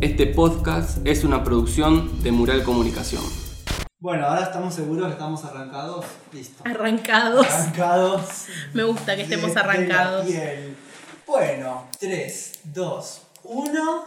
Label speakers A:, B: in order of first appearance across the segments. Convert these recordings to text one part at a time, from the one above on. A: Este podcast es una producción de Mural Comunicación.
B: Bueno, ahora estamos seguros que estamos arrancados. Listo.
C: Arrancados.
B: Ah, Arrancados.
C: Me gusta que
B: de- de
C: estemos
B: la
C: arrancados.
B: piel. Bueno, 3, 2, 1.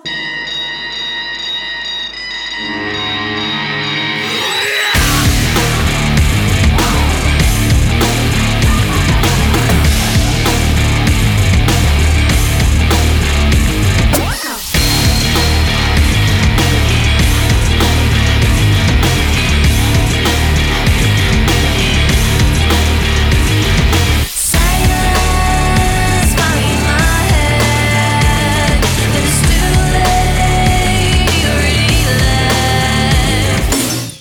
D: Silence behind my head, but it's too late. You already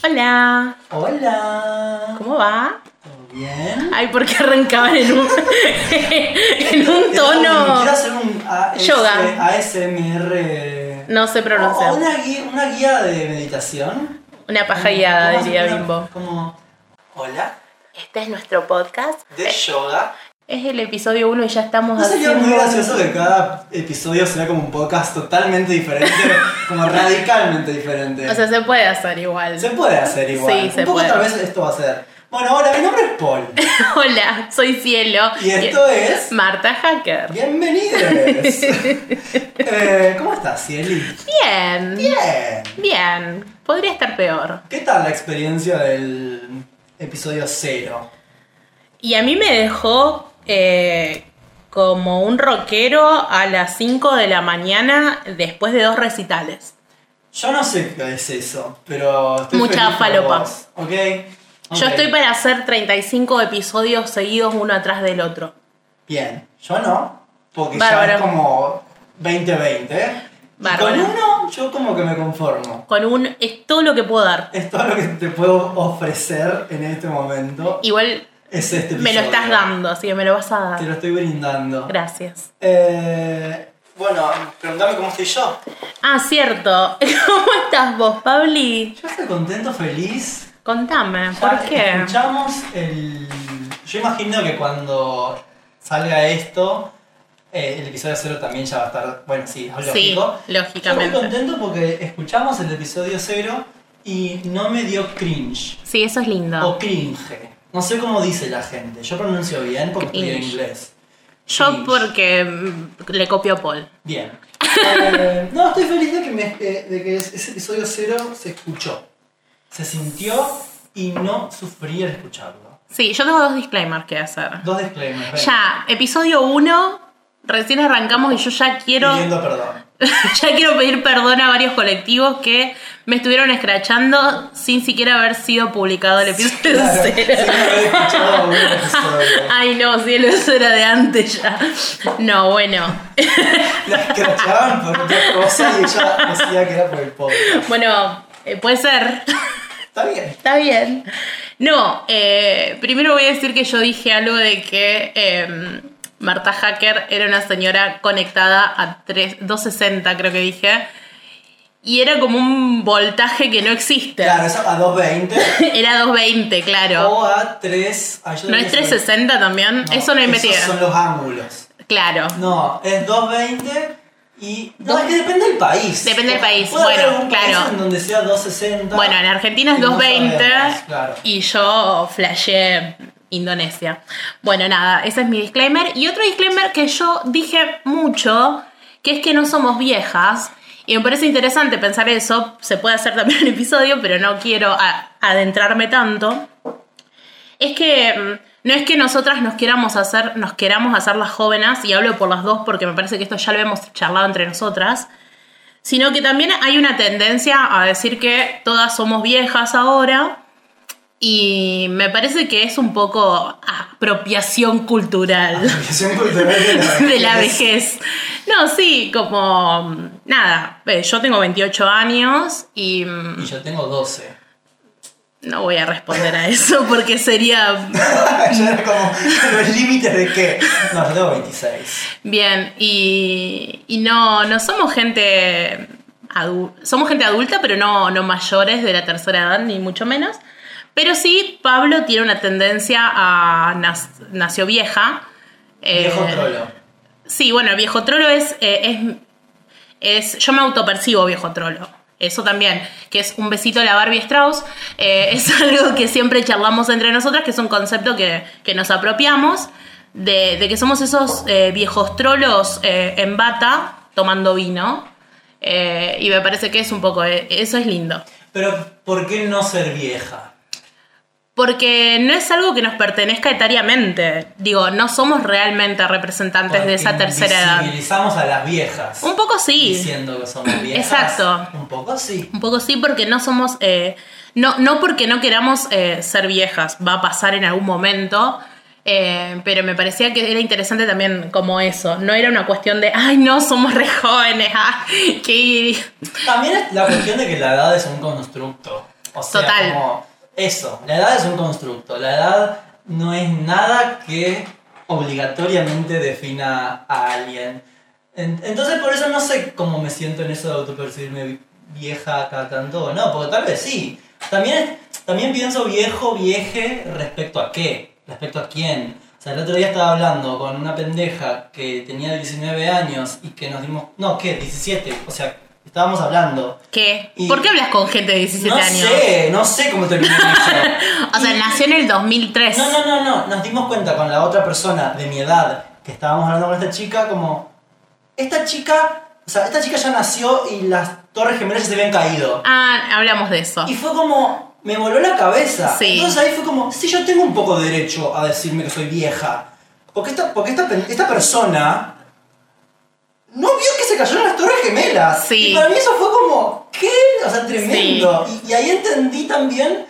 D: left.
C: Hola.
B: Hola.
C: ¿Cómo va?
B: ¿Todo bien?
C: Ay, porque arrancaban en un, en un
B: Quiero
C: tono.
B: hacer un AS-
C: Yoga.
B: ASMR.
C: No sé
B: O- o
C: pronunciar.
B: una, guía, una guía de meditación.
C: Una paja guiada,
B: Como-
C: diría
B: una-
C: Bimbo.
B: Como, hola,
C: Este es nuestro podcast.
B: de yoga.
C: Es el episodio 1 y ya estamos
B: ¿No sería muy
C: haciendo-
B: gracioso que cada episodio sea como un podcast totalmente diferente? como radicalmente diferente.
C: O sea, se puede hacer igual.
B: se puede hacer igual.
C: Sí, se
B: un poco
C: puede.
B: tal vez esto va a ser. Bueno, ahora mi nombre es Paul.
C: Hola, soy Cielo.
B: Y esto es-
C: Marta Hacker.
B: Bienvenidos. Eh, ¿Cómo estás, Cieli?
C: Bien. Bien.
B: Bien.
C: Podría estar peor.
B: ¿Qué tal la experiencia del episodio cero?
C: Y a mí me dejó eh, como un rockero a las 5 de la mañana después de dos recitales.
B: Yo no sé qué es eso, pero estoy
C: Mucha
B: feliz por
C: falopa.
B: vos, ¿Ok?
C: Yo
B: Ok.
C: estoy para hacer 35 episodios seguidos uno atrás del otro.
B: Bien, yo no, porque ya es
C: Bárbaro.
B: como 2020. Y Con
C: Bárbaro.
B: uno yo como que me conformo.
C: Con un es todo lo que puedo dar.
B: Es todo lo que te puedo ofrecer en este momento.
C: Igual
B: Es este
C: me
B: episodio.
C: lo estás dando, así que me lo vas a
B: Te
C: dar.
B: lo estoy brindando.
C: Gracias.
B: Eh, bueno, preguntame cómo estoy yo.
C: Ah, cierto. ¿Cómo estás vos, Pabli?
B: Yo estoy contento, feliz.
C: Contame,
B: Ya
C: ¿por qué?
B: Escuchamos el. Yo imagino que cuando salga esto, eh, el episodio 0 también ya va a estar. Bueno, sí, es lógico.
C: Sí,
B: Yo estoy
C: lógicamente.
B: contento porque escuchamos el episodio 0 y no me dio cringe
C: Sí, eso es
B: o
C: lindo.
B: cringe. No sé cómo dice la gente. Yo pronuncio bien porque estudié
C: Cringe.
B: inglés.
C: Yo
B: cringe.
C: porque mm, le copio a Paul.
B: Bien. Eh, no, estoy feliz de que, me- eh, de que ese episodio 0 se escuchó. Se sintió y no sufrí al escucharlo.
C: Sí, yo tengo dos disclaimers que hacer.
B: Dos disclaimers. venga.
C: Ya, episodio 1, recién arrancamos y yo ya quiero,
B: Pidiendo perdón.
C: ya quiero pedir perdón a varios colectivos que me estuvieron escrachando sin siquiera haber sido publicado el episodio
B: Claro,
C: cero.
B: sin haber escuchado un episodio.
C: Ay no, cielo, eso era de antes ya. No, bueno.
B: La escrachaban por otra cosa y ella decía que era por el podcast.
C: Bueno, eh, puede ser.
B: Está bien.
C: Está bien. No, eh, primero voy a decir que yo dije algo de que eh, Marta Hacker era una señora conectada a tres- 260, creo que dije. Y era como un voltaje que no existe.
B: Claro, Oh, eso a 220
C: Era 220, claro.
B: o a 3. ay, yo
C: ¿No
B: diría
C: es
B: que son-
C: 360 también? Eso no
B: esos
C: investigué.
B: Son los ángulos.
C: Claro.
B: No, es 220 y. No,
C: Dos-
B: es que depende del país.
C: Depende del país,
B: Puede haber
C: bueno,
B: algún país
C: claro.
B: en donde sea 260.
C: Bueno, en Argentina es
B: Y no
C: 220
B: sabemos, claro.
C: y yo flashé Indonesia. Bueno, nada, ese es mi disclaimer. Y otro disclaimer que yo dije mucho, que es que no somos viejas. Y me parece interesante pensar eso. Se puede hacer también un episodio, pero no quiero a- adentrarme tanto. Es que mm, no es que nosotras nos queramos hacer, nos queramos hacer las jóvenes, y hablo por las dos porque me parece que esto ya lo hemos charlado entre nosotras sino que también hay una tendencia a decir que todas somos viejas ahora y me parece que es un poco apropiación cultural
B: Apropiación cultural de la
C: de la vejez. No, sí, como mm, nada, eh, yo tengo 28 años y mm,
B: Y yo tengo 12.
C: no voy a responder a eso porque sería
B: Yo era como, ¿los límites de qué? No, yo tengo 26.
C: bien y, y no no somos gente adu- somos gente adulta, pero no, no mayores de la tercera edad, ni mucho menos. Pero sí, Pablo tiene una tendencia a. nas- nació vieja. Eh,
B: Viejo trolo.
C: Sí, bueno, el viejo trolo es, eh, es, es. Yo me autopercibo viejo trolo. Eso también, que es un besito a la Barbie Strauss. Eh, es algo que siempre charlamos entre nosotras, que es un concepto que, que nos apropiamos de, de que somos esos eh, viejos trolos eh, en bata tomando vino. Eh, y me parece que es un poco. eh, eso es lindo.
B: Pero, ¿por qué no ser vieja?
C: Porque no es algo que nos pertenezca etariamente. Digo, no somos realmente representantes de esa
B: Porque
C: tercera edad.
B: Visibilizamos a las viejas.
C: Un poco sí.
B: Diciendo que somos viejas.
C: Exacto.
B: Un poco sí.
C: Un poco sí porque no somos... eh, no, no porque no queramos eh, ser viejas. Va a pasar en algún momento. eh, pero me parecía que era interesante también como eso. No era una cuestión de, ay, no, somos re jóvenes. ah, que...
B: También es la cuestión de que la edad es un constructo. O sea,
C: Total.
B: como eso, la edad es un constructo. La edad no es nada que obligatoriamente defina a alguien. En- Entonces por eso no sé cómo me siento en eso de autopercibirme vi- vieja cada tanto o no, porque tal vez sí. También, también pienso viejo, vieje, respecto a qué, respecto a quién. O sea, el otro día estaba hablando con una pendeja que tenía 19 años y que nos dimos... No, ¿qué? 17. O sea, estábamos hablando.
C: ¿Qué?
B: Y-
C: ¿Por qué hablas con gente de 17
B: no
C: años?
B: sé, no sé cómo terminó eso.
C: O sea, nació en el 2003.
B: No, no, no, no. Nos dimos cuenta con la otra persona de mi edad que estábamos hablando con esta chica, como. Esta chica. O sea, esta chica ya nació y las torres gemelas ya se habían caído.
C: Ah, hablamos de eso.
B: Y fue como. Me voló la cabeza.
C: Sí.
B: Entonces ahí fue como. Sí, yo tengo un poco de derecho a decirme que soy vieja. Porque esta, porque esta, pen- esta persona. No vio que se cayeron las torres gemelas.
C: Sí.
B: Y para mí eso fue como. ¿Qué? O sea, tremendo. Y, y ahí entendí también.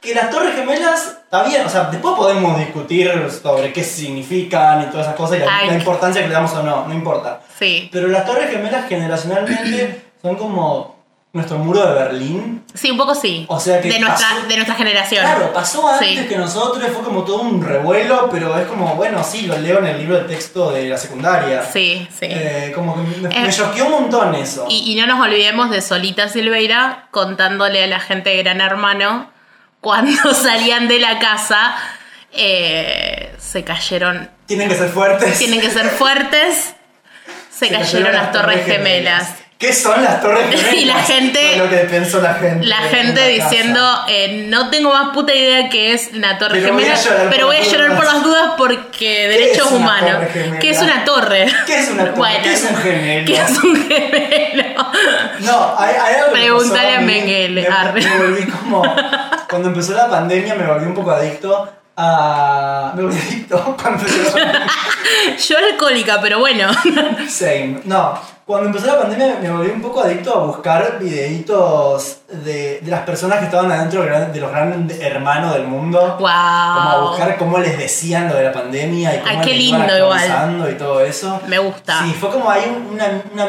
B: Que las torres gemelas. Está bien. O sea, después podemos discutir sobre qué significan y todas esas cosas. Y la,
C: Ay.
B: la importancia que le damos o no. No importa.
C: Sí.
B: Pero las torres gemelas generacionalmente son como. Nuestro muro de Berlín.
C: Sí, un poco sí.
B: O sea que
C: de, nuestra,
B: pasó-
C: de nuestra generación.
B: Claro, pasó antes
C: Sí.
B: que nosotros, fue como todo un revuelo, pero es como, bueno, sí, lo leo en el libro de texto de la secundaria.
C: Sí, sí.
B: Eh, como que me-
C: Eh,
B: me choqueó un montón eso.
C: Y, y no nos olvidemos de Solita Silveira contándole a la gente de Gran Hermano cuando salían de la casa eh, se cayeron.
B: Tienen que ser fuertes.
C: Tienen que ser fuertes. Se,
B: Se
C: cayeron, las torres gemelas.
B: ¿Qué son las torres gemelas?
C: Y la gente-
B: Fue lo que pensó la gente.
C: La
B: en
C: gente
B: la casa.
C: diciendo, eh, no tengo más puta idea que es una torre
B: Pero voy a
C: gemela,
B: llorar por
C: pero voy a
B: las
C: llorar por
B: dudas".
C: las dudas porque derechos
B: es una
C: humanos.
B: torre gemela?
C: ¿Qué es una torre?
B: ¿Qué es una torre?
C: Bueno,
B: ¿Qué es un gemelo?
C: ¿Qué es un gemelo?
B: No, hay, hay algo que
C: Pregúntale
B: pasó
C: a
B: mí.
C: Mengele.
B: Me-
C: Arre.
B: Me, volví como. Cuando empezó la pandemia, me volví un poco adicto a. Me volví adicto cuando empezó la pandemia.
C: Yo alcohólica, pero bueno.
B: Same. No, cuando empezó la pandemia me volví un poco adicto a buscar videitos de, de las personas que estaban adentro del gran- de los grandes hermanos del mundo.
C: wow.
B: Como a buscar cómo les decían lo de la pandemia y cómo
C: Ah, Ay, qué
B: les iban
C: lindo igual.
B: actualizando y todo eso.
C: Me gusta.
B: Sí, fue como ahí un- una, una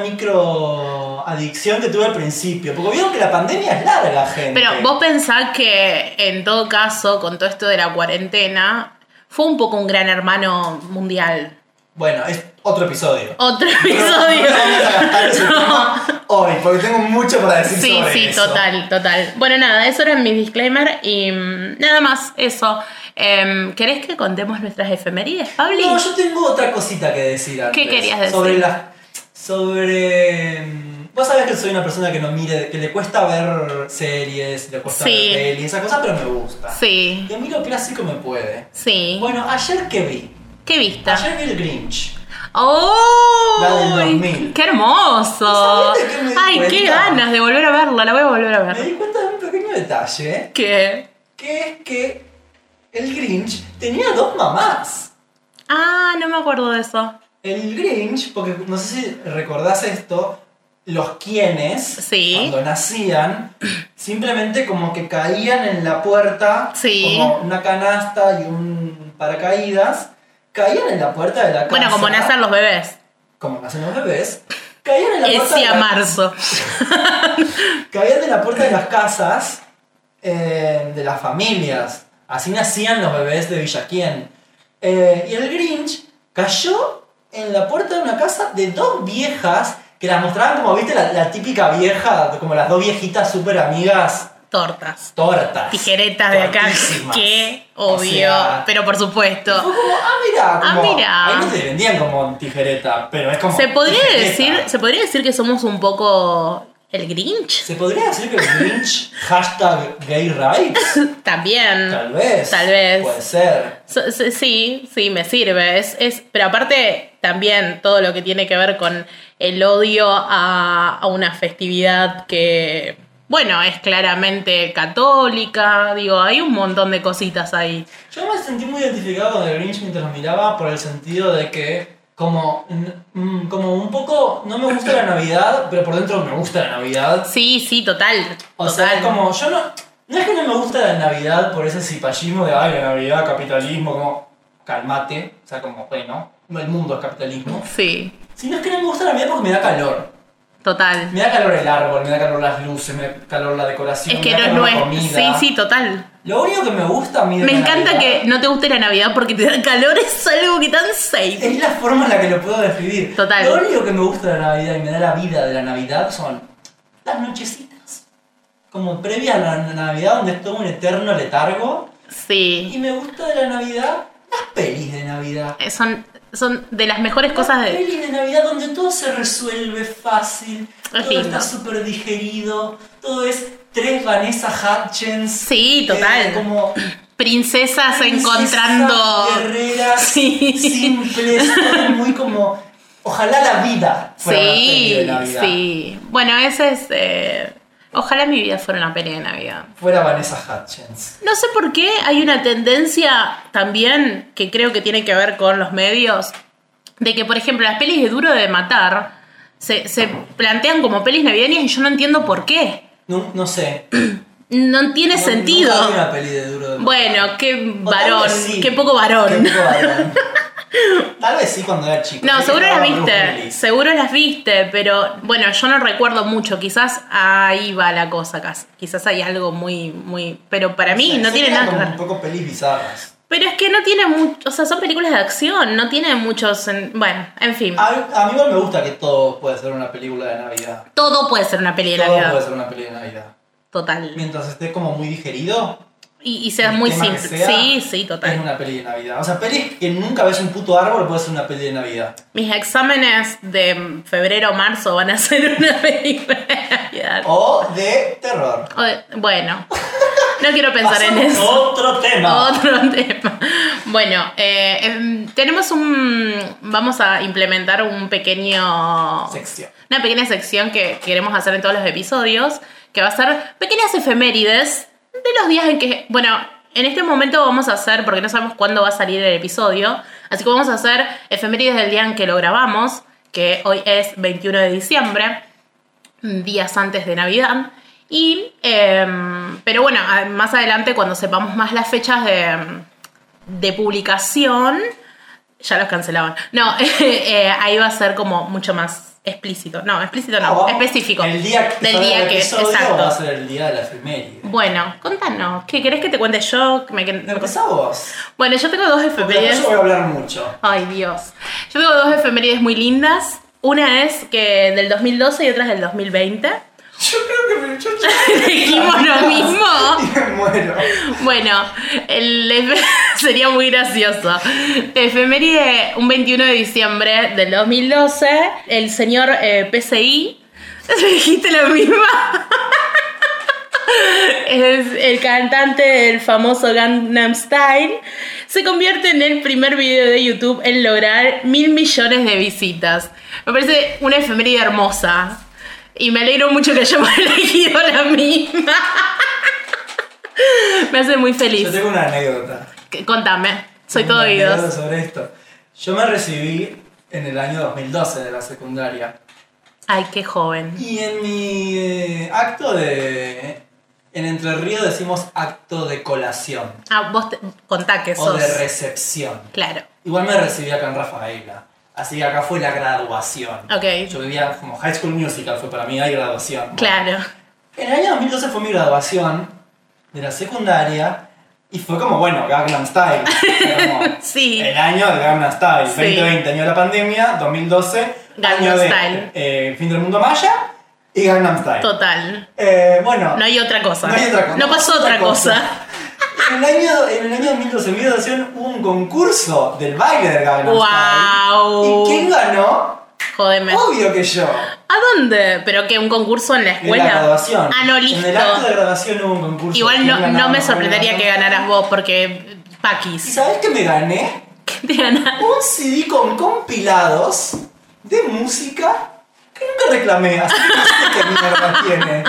B: micro adicción que tuve al principio. Porque vieron que la pandemia es larga, gente.
C: Pero vos pensás que en todo caso, con todo esto de la cuarentena, fue un poco un gran hermano mundial.
B: Bueno, es otro episodio.
C: Otro
B: No,
C: episodio.
B: vamos a gastar ese tema hoy, porque tengo mucho para decir
C: Sí,
B: sobre
C: sí,
B: eso.
C: total, total. Bueno, nada, eso era mi disclaimer y mm, nada más, eso. Em, ¿Querés que contemos nuestras efemérides, Pabli?
B: No, yo tengo otra cosita que decir antes.
C: ¿Qué querías decir?
B: Sobre la. Sobre. mm, Vos sabés que soy una persona que no mire, que le cuesta ver series, le cuesta
C: Sí.
B: ver pelis, esas cosas, pero me gusta.
C: Sí,
B: Y a mí lo clásico me puede.
C: sí.
B: Bueno, ayer que vi.
C: ¿Qué vista?
B: Ayer vi el Grinch. La del
C: ¡Oh!
B: 2000.
C: ¡Qué hermoso!
B: ¿Sabés de qué me di
C: ¡Ay, qué
B: cuenta?
C: ganas de volver a verla! La voy a volver a
B: Me
C: ver.
B: di cuenta de un pequeño detalle,
C: ¿Qué?
B: que es que el Grinch tenía dos mamás.
C: Ah, no me acuerdo de eso.
B: El Grinch, porque no sé si recordás esto, los quienes,
C: Sí.
B: cuando nacían, simplemente como que caían en la puerta,
C: Sí.
B: como una canasta y un paracaídas, caían en la puerta de la casa.
C: Bueno, como nacen los bebés.
B: como nacen los bebés, caían en la puerta
C: Es
B: de
C: a
B: la-
C: marzo.
B: caían de la puerta de las casas eh, de las familias. Así nacían los bebés de Villaquien. Eh, y el Grinch cayó en la puerta de una casa de dos viejas que las mostraban como, viste, la, la típica vieja, como las dos viejitas súper amigas
C: tortas.
B: Tortas.
C: Tijeretas de acá,
B: Tortísimas.
C: que
B: O
C: obvio,
B: sea,
C: pero por supuesto.
B: Fue como, ah, mira,
C: Ah,
B: como,
C: mirá.
B: Ahí no te vendían como tijereta, pero es como.
C: ¿Se podría,
B: tijereta.
C: decir, ¿Se podría decir que somos un poco el Grinch?
B: ¿Se podría decir que el Grinch hashtag gay rights?
C: También.
B: Tal vez.
C: Tal vez.
B: Puede ser.
C: So- so- Sí, sí, me sirve. Es, es, pero aparte, también todo lo que tiene que ver con el odio a, a una festividad que, bueno, es claramente católica. Digo, hay un montón de cositas ahí.
B: Yo me sentí muy identificado con el Grinch mientras lo miraba por el sentido de que, como, mm, como un poco, no me gusta la Navidad, pero por dentro me gusta la Navidad.
C: Sí, sí, total.
B: O sea,
C: total.
B: es como, yo no. No es que no me gusta la Navidad por ese cipallismo de, ay, la Navidad, capitalismo, como, calmate. O sea, como, bueno, el mundo es capitalismo.
C: Sí,
B: Sino es que no me gusta la Navidad porque me da calor.
C: total.
B: Me da calor el árbol, me da calor las luces, me da calor la decoración.
C: Es que
B: me da
C: no
B: calor
C: es
B: la
C: nuestro. Sí,
B: comida.
C: sí, total.
B: Lo único que me gusta a mí de
C: Me
B: la
C: encanta
B: Navidad
C: que no te guste la Navidad porque te da calor. Es algo que tan safe.
B: Es la forma en la que lo puedo describir.
C: Total.
B: Lo único que me gusta de la Navidad y me da la vida de la Navidad son las nochecitas. Como previa a la Navidad, donde es todo un eterno letargo.
C: Sí.
B: Y me gusta de la Navidad las pelis de Navidad.
C: Eh, Son, son de las mejores cosas
B: Las
C: de...
B: pelis de Navidad donde todo se resuelve fácil,
C: Es
B: todo
C: lindo.
B: está súper digerido, todo es tres Vanessa Hutchins.
C: Sí,
B: eh,
C: total.
B: como
C: princesas
B: princesas
C: encontrando.
B: guerreras
C: Sí.
B: simples, todo muy como. Ojalá la vida fuera una peli de
C: Sí,
B: Navidad.
C: sí. Bueno, ese es. eh, Ojalá mi vida fuera una peli de Navidad.
B: Fuera Vanessa Hutchins.
C: No sé por qué hay una tendencia también que creo que tiene que ver con los medios. De que, por ejemplo, las pelis de Duro de Matar se, se plantean como pelis navideñas y yo no entiendo por qué.
B: No, no sé.
C: No tiene
B: No-
C: sentido.
B: nunca vi una peli de duro de Matar.
C: Bueno, qué
B: O tal
C: varón,
B: vez sí.
C: qué poco varón.
B: Qué poco varón. Tal vez sí cuando era chico.
C: No,
B: Sí,
C: seguro las
B: estaba Bruce
C: viste,
B: Willis.
C: seguro las viste, pero bueno, yo no recuerdo mucho, quizás ahí va la cosa, cas- quizás hay algo muy, muy, pero para mí
B: Sí,
C: no
B: sí,
C: tiene
B: eran
C: nada que
B: como
C: ver.
B: un poco pelis bizarras.
C: Pero es que no tiene mucho, o sea, son películas de acción, no tienen muchos, en- bueno, en fin,
B: A, a mí igual me gusta que todo puede ser una película de Navidad.
C: todo puede ser una peli de
B: todo
C: Navidad,
B: puede ser una peli de Navidad.
C: total,
B: Mientras esté como muy digerido,
C: y, y sea
B: el
C: muy
B: tema que
C: simple,
B: sea,
C: sí, sí,
B: Es
C: total.
B: una peli de Navidad. O sea, pelis que nunca ves un puto árbol puede ser una peli de Navidad.
C: Mis exámenes de febrero o marzo van a ser una película de Navidad.
B: O de terror.
C: O de- Bueno, no quiero pensar en
B: Pasamos
C: eso.
B: a Otro tema.
C: Otro tema. Bueno, eh, em, tenemos un. Vamos a implementar un pequeño.
B: Sección.
C: Una pequeña sección que queremos hacer en todos los episodios, que va a ser pequeñas efemérides de los días en que. Bueno, en este momento vamos a hacer, porque no sabemos cuándo va a salir el episodio, así que vamos a hacer efemérides del día en que lo grabamos, que hoy es 21 de diciembre días antes de Navidad. Y, em, pero bueno, a- más adelante cuando sepamos más las fechas de, em, de publicación, ya los cancelaban. No, eh, ahí va a ser como mucho más explícito. No, explícito no,
B: Ah, vamos.
C: específico.
B: El día que
C: del
B: salga
C: día
B: el
C: que,
B: episodio va a
C: exacto.
B: ser el día de la efeméride.
C: Bueno, contanos, ¿qué querés que te cuente yo? Que me- que-
B: Empezá vos.
C: Bueno, yo tengo dos
B: Pero
C: efemérides.
B: yo voy a hablar mucho.
C: Ay, Dios. Yo tengo dos efemérides muy lindas. Una es que del 2012 y otra es del 2020.
B: Yo creo que me yo, yo-
C: Dijimos lo mismo.
B: Y me muero.
C: Bueno, el efe- sería muy gracioso. Efeméride, un 21 de diciembre del 2012, el señor eh, PCI. ¿Me dijiste la misma? Es el cantante del famoso Gangnam Style. Se convierte en el primer video de YouTube en lograr mil millones de visitas. Me parece una efeméride hermosa. Y me alegro mucho que hayamos elegido la misma. Me hace muy feliz.
B: Yo tengo una anécdota.
C: C- Contame, soy todo
B: Una anécdota
C: oídos.
B: sobre esto. Yo me recibí en el año 2012 de la secundaria.
C: Ay, qué joven.
B: Y en mi eh, acto de. En Entre Ríos decimos acto de colación
C: Ah, vos te- contá que
B: o
C: sos.
B: de recepción.
C: Claro.
B: Igual me recibí acá en Rafaela. Así que acá fue la graduación.
C: Ok.
B: Yo vivía como High School Musical, fue para mí, hay graduación.
C: Claro.
B: En el año 2012 fue mi graduación de la secundaria y fue como, bueno, Gangnam Style. Fue como
C: Sí.
B: El año de Gangnam Style.
C: Sí.
B: 2020, año de la pandemia, 2012,
C: Gangnam
B: año de
C: Style.
B: eh, Fin del Mundo Maya y Gangnam Style.
C: Total.
B: Eh, bueno,
C: No hay otra cosa.
B: No hay otra cosa.
C: No pasó otra cosa.
B: En el año, en el año 2012, en 2012 hubo un concurso del baile del Gangnam
C: Guau.
B: Style. ¿Y quién ganó?
C: Jódeme.
B: Obvio que yo.
C: ¿A dónde? ¿Pero qué? ¿Un concurso en la
B: En la
C: escuela?
B: graduación.
C: Ah, no,
B: En el acto de
C: listo.
B: graduación hubo un concurso.
C: Igual
B: ¿Quién
C: no,
B: ganaba?
C: no me
B: ¿Quién
C: sorprendería que
B: ganaba?
C: ganaras vos, porque eh,
B: ¿Y
C: Paquis.
B: sabes qué me gané?
C: ¿Qué te ganas?
B: Un CD con compilados de música que nunca reclamé, así que no sé qué mierda tiene.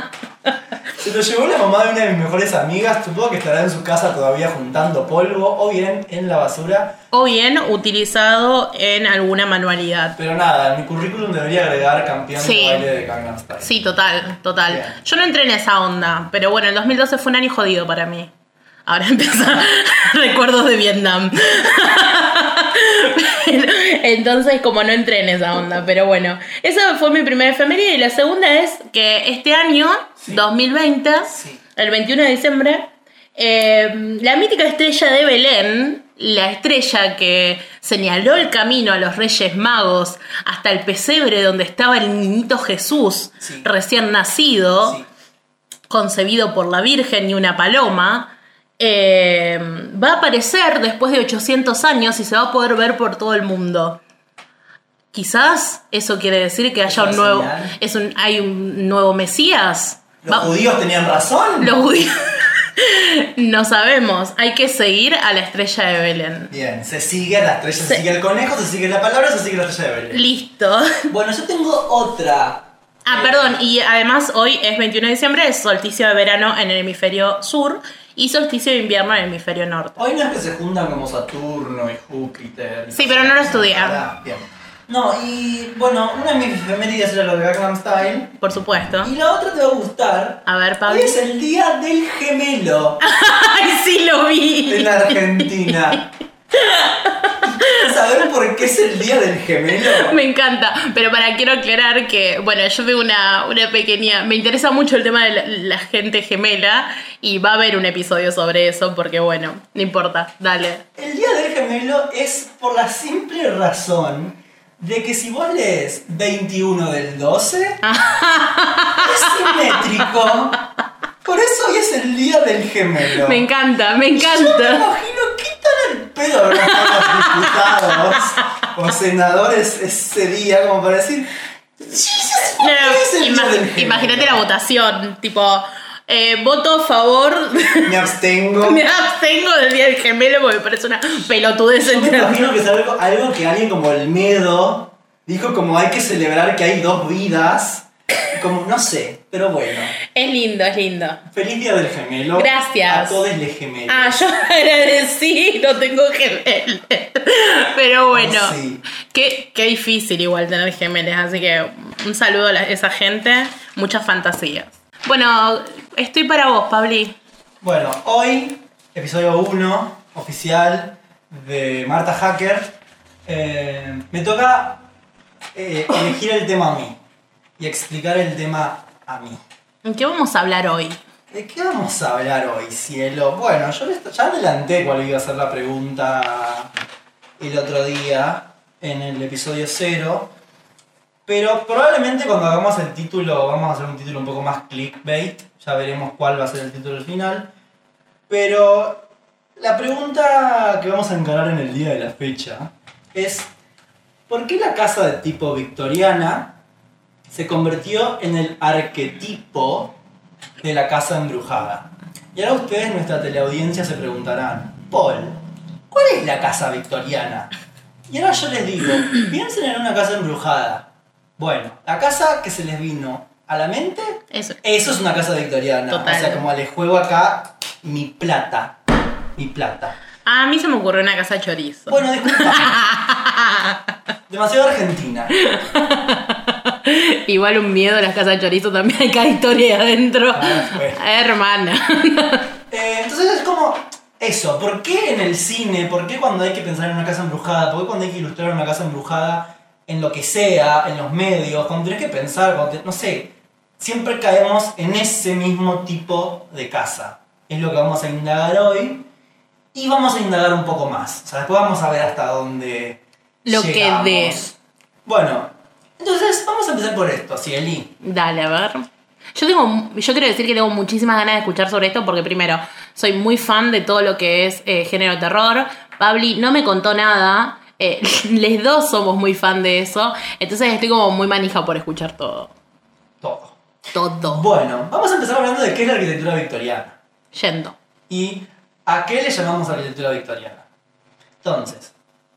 B: Se lo llevó la mamá de una de mis mejores amigas, supongo que estará en su casa todavía juntando polvo o bien en la basura.
C: O bien utilizado en alguna manualidad.
B: Pero nada, en mi currículum debería agregar campeón
C: Sí.
B: de baile de Gangnam Style.
C: Sí, total, total.
B: Bien.
C: Yo no entré en esa onda, pero bueno, el 2012 fue un año jodido para mí. Ahora empieza recuerdos de Vietnam. Entonces, como no entré en esa onda, pero bueno, esa fue mi primera efeméride. Y la segunda es que este año, 2020,
B: Sí.
C: el 21 de diciembre, eh, la mítica estrella de Belén, la estrella que señaló el camino a los Reyes Magos hasta el pesebre donde estaba el niñito Jesús,
B: Sí.
C: recién nacido,
B: Sí.
C: concebido por la Virgen y una paloma, eh, va a aparecer después de 800 años y se va a poder ver por todo el mundo. Quizás eso quiere decir que haya
B: una
C: un nuevo,
B: señal.
C: es un, hay un nuevo Mesías.
B: ¿Los
C: Va-
B: judíos tenían razón?
C: los judíos. No sabemos. Hay que seguir a la estrella de Belén.
B: Bien, se sigue la estrella, se
C: Se-
B: sigue el conejo, se sigue la palabra, se sigue la estrella de Belén.
C: Listo.
B: Bueno, yo tengo otra.
C: Ah, perdón. Y además hoy es 21 de diciembre, es solsticio de verano en el hemisferio sur y solsticio de invierno en el hemisferio norte.
B: Hoy no es que se juntan como Saturno y Júpiter. y
C: Sí,
B: cosas
C: pero no lo
B: así,
C: estudian.
B: ¿verdad? Bien. No, y bueno, una de mis efemérides era lo de Gangnam Style.
C: Por supuesto.
B: Y la otra te va a gustar.
C: A ver, Pablo.
B: Hoy es el día del gemelo
C: ¡Ay, sí lo
B: en
C: vi!
B: la Argentina. ¿Quieres saber por qué es el día del gemelo?
C: Me encanta, pero para quiero aclarar que, bueno, yo veo una, una pequeña, me interesa mucho el tema de la, la gente gemela y va a haber un episodio sobre eso porque, bueno, no importa, dale.
B: El día del gemelo es por la simple razón de que si vos lees 21 del 12, es simétrico. Por eso hoy es el día del gemelo.
C: Me encanta,
B: Yo
C: me
B: me
C: encanta.
B: imagino qué tan el pedo habrán estado los diputados o senadores ese día como para decir. "Jesus, ¿por
C: No,
B: qué es el día
C: ima-
B: del gemelo?".
C: imagínate la votación, tipo, eh, voto a favor,
B: Me abstengo.
C: me abstengo del día del gemelo porque me parece una pelotudez
B: Yo me
C: entera.
B: imagino que es algo, algo que alguien como el Medo dijo como hay que celebrar que hay dos vidas. Como, no sé, pero bueno.
C: Es lindo, es lindo.
B: Feliz Día del Gemelo.
C: Gracias.
B: A todos les gemelos.
C: Ah, yo agradecí, no tengo gemelos. Pero bueno,
B: Ah, sí.
C: qué, qué difícil igual tener gemelos, así que un saludo a la- esa gente, muchas fantasías. Bueno, estoy para vos, Pabli.
B: Bueno, hoy, episodio 1 oficial de Marta Hacker, eh, me toca eh, elegir el tema a mí y explicar el tema a mí.
C: ¿En qué vamos a hablar hoy?
B: ¿De qué vamos a hablar hoy, cielo? Bueno, yo les- ya adelanté cuál iba a ser la pregunta el otro día en el episodio 0. Pero probablemente cuando hagamos el título, vamos a hacer un título un poco más clickbait. Ya veremos cuál va a ser el título al final. Pero la pregunta que vamos a encarar en el día de la fecha es: ¿por qué la casa de tipo victoriana se convirtió en el arquetipo de la casa embrujada. Y ahora ustedes, nuestra teleaudiencia, se preguntarán, Paul, ¿cuál es la casa victoriana? Y ahora yo les digo, piensen en una casa embrujada. Bueno, la casa que se les vino a la mente,
C: Eso.
B: eso es una casa victoriana.
C: Total.
B: O sea, como le juego acá mi plata. Mi plata.
C: A mí se me ocurrió una casa chorizo.
B: Bueno, disculpa. Demasiado argentina.
C: Igual un miedo a las casas chorizo también hay cada historia adentro.
B: Ah,
C: pues.
B: bueno.
C: Hermana.
B: Eh, entonces es como eso, ¿por qué en el cine? ¿Por qué cuando hay que pensar en una casa embrujada? ¿Por qué cuando hay que ilustrar una casa embrujada en lo que sea, en los medios? Cuando tenés que pensar, cuando te- no sé, siempre caemos en ese mismo tipo de casa. Es lo que vamos a indagar hoy y vamos a indagar un poco más. O sea, después vamos a ver hasta dónde
C: Lo que
B: llegamos.
C: dé.
B: Bueno, Entonces, vamos a empezar por esto, Cieli.
C: Dale, a ver. Yo tengo, yo quiero decir que tengo muchísimas ganas de escuchar sobre esto porque primero, soy muy fan de todo lo que es eh, género terror. Pabli no me contó nada. Eh, les dos somos muy fan de eso. Entonces estoy como muy manija por escuchar todo.
B: Todo.
C: Todo.
B: Bueno, vamos a empezar hablando de qué es la arquitectura victoriana.
C: Yendo.
B: y a qué le llamamos arquitectura victoriana. Entonces,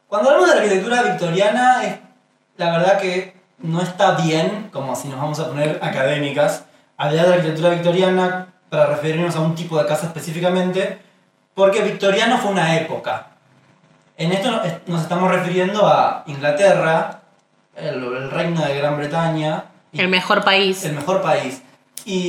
B: cuando hablamos de arquitectura victoriana, es- la verdad que no está bien, como si nos vamos a poner académicas, hablar de arquitectura victoriana para referirnos a un tipo de casa específicamente, porque victoriano fue una época. En esto no- es- nos estamos refiriendo a Inglaterra, el, el reino de Gran Bretaña, y-
C: El mejor país.
B: el mejor país.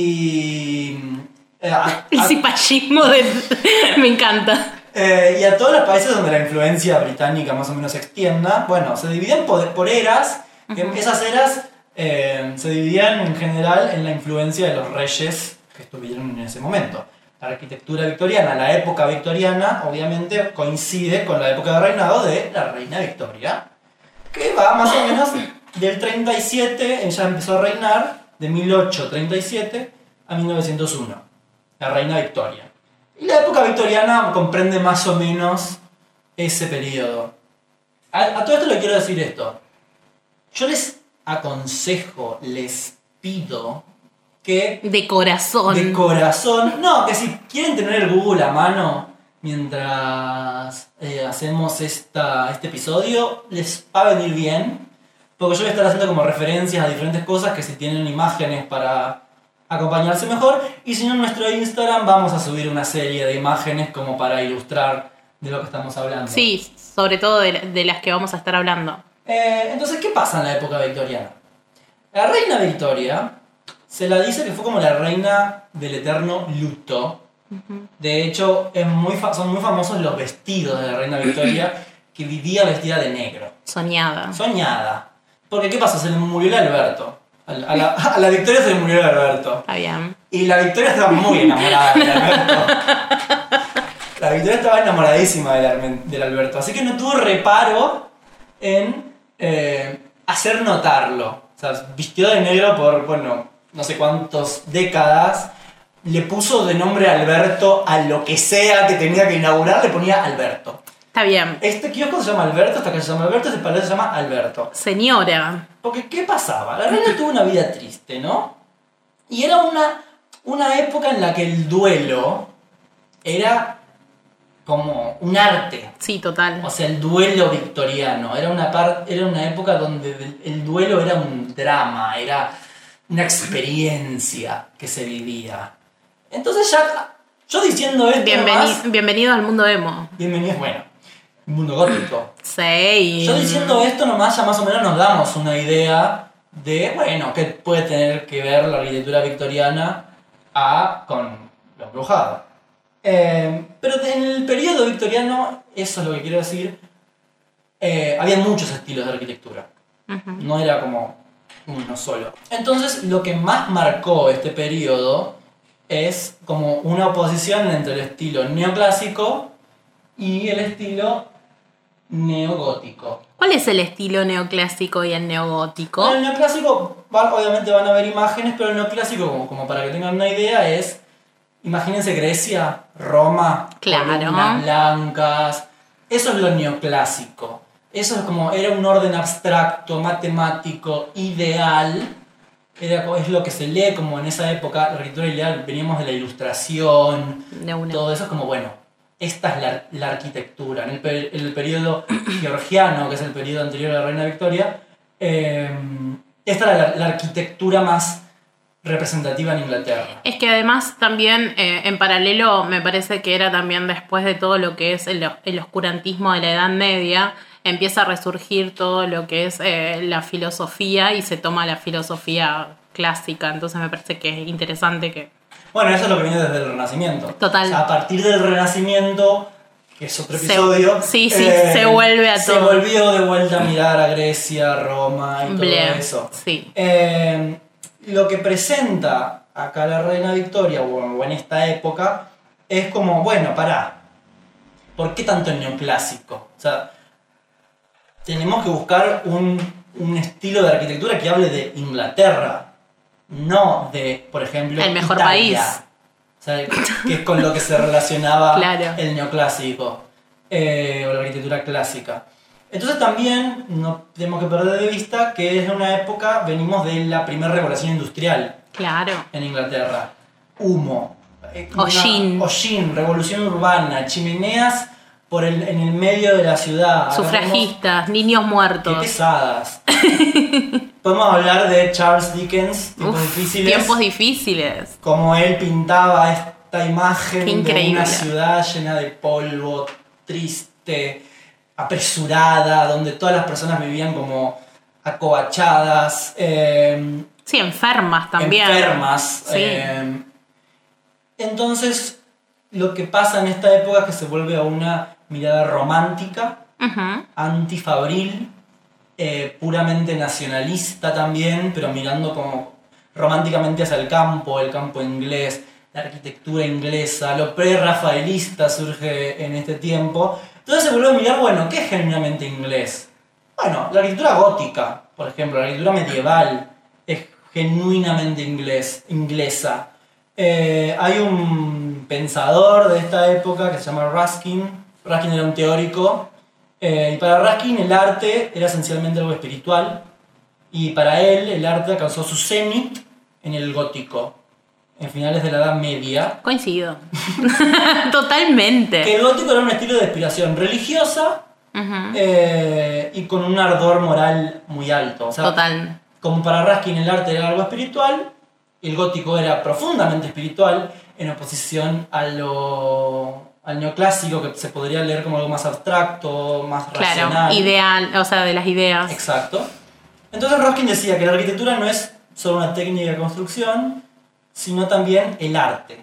B: Y... eh, a-
C: El
B: a-
C: cipallismo de... me encanta.
B: eh, y a todos los países donde la influencia británica más o menos se extienda, bueno, se dividían por, por eras. que Esas eras eh, se dividían en general en la influencia de los reyes que estuvieron en ese momento. La arquitectura victoriana, la época victoriana, obviamente coincide con la época de reinado de la reina Victoria, que va más o menos del 37, ella eh, empezó a reinar, de 1837 a 1901, la reina Victoria. Y la época victoriana comprende más o menos ese periodo. A, a todo esto le quiero decir esto. Yo les aconsejo, les pido que
C: De corazón.
B: de corazón, no, que si quieren tener el Google a mano mientras eh, hacemos esta, este episodio, les va a venir bien. Porque yo voy a estar haciendo como referencias a diferentes cosas que si tienen imágenes para acompañarse mejor. Y si no, en nuestro Instagram vamos a subir una serie de imágenes como para ilustrar de lo que estamos hablando.
C: sí, sobre todo de, de las que vamos a estar hablando.
B: Eh, entonces, ¿qué pasa en la época victoriana? La reina Victoria se la dice que fue como la reina del eterno luto. De hecho, es muy fa- son muy famosos los vestidos de la reina Victoria, que vivía vestida de negro.
C: Soñada.
B: Soñada. Porque, ¿qué pasó? Se le murió el Alberto. A la, a la- a la Victoria se le murió el Alberto.
C: Está bien.
B: Y la Victoria estaba muy enamorada del Alberto. La Victoria estaba enamoradísima del, Armen- del Alberto. Así que no tuvo reparo en eh, hacer notarlo. O sea, vistió de negro por, bueno, no sé cuántas décadas. Le puso de nombre Alberto a lo que sea que tenía que inaugurar, le ponía Alberto.
C: Está bien.
B: Este kiosco se llama Alberto, esta calle se llama Alberto, este palacio se llama Alberto.
C: Señora.
B: Porque, ¿qué pasaba? La reina tuvo una vida triste, ¿no? Y era una, una época en la que el duelo era como un arte.
C: Sí, total.
B: O sea, el duelo victoriano. Era una, par- era una época donde el- el duelo era un drama, era una experiencia que se vivía. Entonces ya, yo diciendo esto
C: Bienveni-
B: nomás,
C: bienvenido al mundo emo.
B: bienvenido, bueno, mundo gótico.
C: Sí.
B: Yo diciendo esto nomás ya más o menos nos damos una idea de, bueno, qué puede tener que ver la arquitectura victoriana a, con lo embrujado. Eh, pero en el periodo victoriano, eso es lo que quiero decir, eh, había muchos estilos de arquitectura. No era como uno solo. Entonces, lo que más marcó este periodo es como una oposición entre el estilo neoclásico y el estilo neogótico.
C: ¿Cuál es el estilo neoclásico y el neogótico?
B: En el neoclásico, van- obviamente van a ver imágenes, pero el neoclásico, como, como para que tengan una idea, es. Imagínense Grecia, Roma,
C: Claro.
B: columnas blancas. Eso es lo neoclásico. Eso es como. Era un orden abstracto, matemático, ideal. Era, co- es lo que se lee como en esa época, la arquitectura ideal, veníamos de la ilustración,
C: De una.
B: todo eso es como, bueno, esta es la, la arquitectura. En el, per- en el periodo georgiano, que es el periodo anterior a la Reina Victoria, eh, esta era la, la arquitectura más representativa en Inglaterra.
C: Es que además también eh, en paralelo me parece que era también después de todo lo que es el, os- el oscurantismo de la Edad Media, empieza a resurgir todo lo que es eh, la filosofía y se toma la filosofía clásica, entonces me parece que es interesante que...
B: Bueno, eso es lo que viene desde el Renacimiento.
C: Total.
B: O sea, a partir del Renacimiento, que es otro
C: Se-
B: episodio. eh,
C: sí, sí, se vuelve a
B: se
C: todo.
B: volvió de vuelta a mirar a Grecia, Roma y todo
C: Blair,
B: eso.
C: Sí,
B: Eh, lo que presenta acá la reina Victoria, o o en esta época, es como, bueno, pará, ¿por qué tanto neoclásico? O sea, tenemos que buscar un un estilo de arquitectura que hable de Inglaterra, no de, por ejemplo,
C: El mejor
B: Italia.
C: país.
B: O sea, que es con lo que se relacionaba
C: Claro.
B: el neoclásico eh, o la arquitectura clásica. Entonces también no tenemos que perder de vista que es una época, venimos de la primera revolución industrial
C: Claro.
B: en Inglaterra. Humo. eh, una-
C: Hollín.
B: Hollín, revolución urbana, chimeneas por el, en el medio de la ciudad. Hablamos-
C: Sufragistas, niños
B: Qué
C: muertos.
B: pesadas. Podemos hablar de Charles Dickens, tiempos
C: Uf,
B: difíciles.
C: Tiempos difíciles.
B: Como él pintaba esta imagen
C: Qué
B: de
C: increíble.
B: una ciudad llena de polvo, triste, apresurada, donde todas las personas vivían como acobachadas. eh,
C: Sí, enfermas también.
B: enfermas.
C: Sí.
B: eh, entonces, lo que pasa en esta época es que se vuelve a una mirada romántica,
C: Ujú.
B: antifabril, eh, puramente nacionalista también, pero mirando como románticamente hacia el campo, el campo inglés, la arquitectura inglesa, lo pre-rafaelista surge en este tiempo. Entonces se volvió a mirar, bueno, ¿qué es genuinamente inglés? Bueno, la arquitectura gótica, por ejemplo, la arquitectura medieval es genuinamente inglés, inglesa. Eh, hay un pensador de esta época que se llama Ruskin. Ruskin era un teórico. eh, y para Ruskin el arte era esencialmente algo espiritual. Y para él el arte alcanzó su cenit en el gótico, en finales de la Edad Media.
C: Coincido. Totalmente.
B: Que el gótico era un estilo de inspiración religiosa
C: Ujú.
B: eh, y con un ardor moral muy alto. O sea,
C: Total.
B: Como para Raskin el arte era algo espiritual, el gótico era profundamente espiritual, en oposición a lo, al neoclásico que se podría leer como algo más abstracto, más
C: Claro.
B: racional.
C: Ideal, o sea, de las ideas.
B: Exacto. Entonces Raskin decía que la arquitectura no es solo una técnica de construcción, sino también el arte.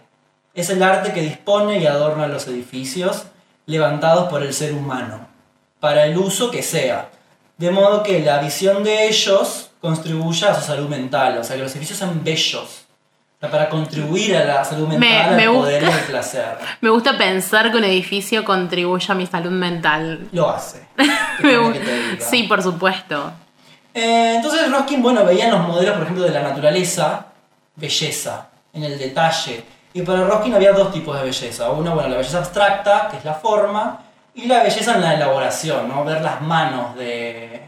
B: Es el arte que dispone y adorna los edificios levantados por el ser humano, para el uso que sea. De modo que la visión de ellos contribuya a su salud mental, o sea, que los edificios sean bellos, o sea, para contribuir a la salud mental,
C: me
B: al poder y
C: gusta.
B: al placer.
C: Me gusta pensar que un edificio contribuye a mi salud mental.
B: Lo hace. ¿Qué
C: Me
B: tiene
C: gu-
B: que te diga?
C: sí, por supuesto.
B: Eh, entonces Roskin, bueno, veía los modelos, por ejemplo, de la naturaleza, belleza, en el detalle. Y para Roskin había dos tipos de belleza. Una, bueno, la belleza abstracta, que es la forma, y la belleza en la elaboración, ¿no? Ver las manos de,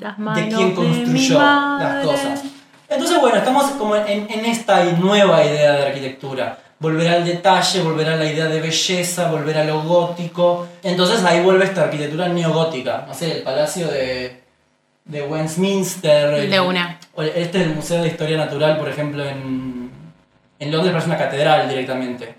C: Las manos
B: de quien construyó
C: mi
B: las
C: madre.
B: cosas. Entonces, bueno, estamos como en, en esta nueva idea de arquitectura. Volver al detalle, volver a la idea de belleza, volver a lo gótico. Entonces ahí vuelve esta arquitectura neogótica. No sé, el palacio de, de Westminster. el-
C: De una.
B: o el- Este del Museo de Historia Natural, por ejemplo, en, en Londres parece una catedral directamente.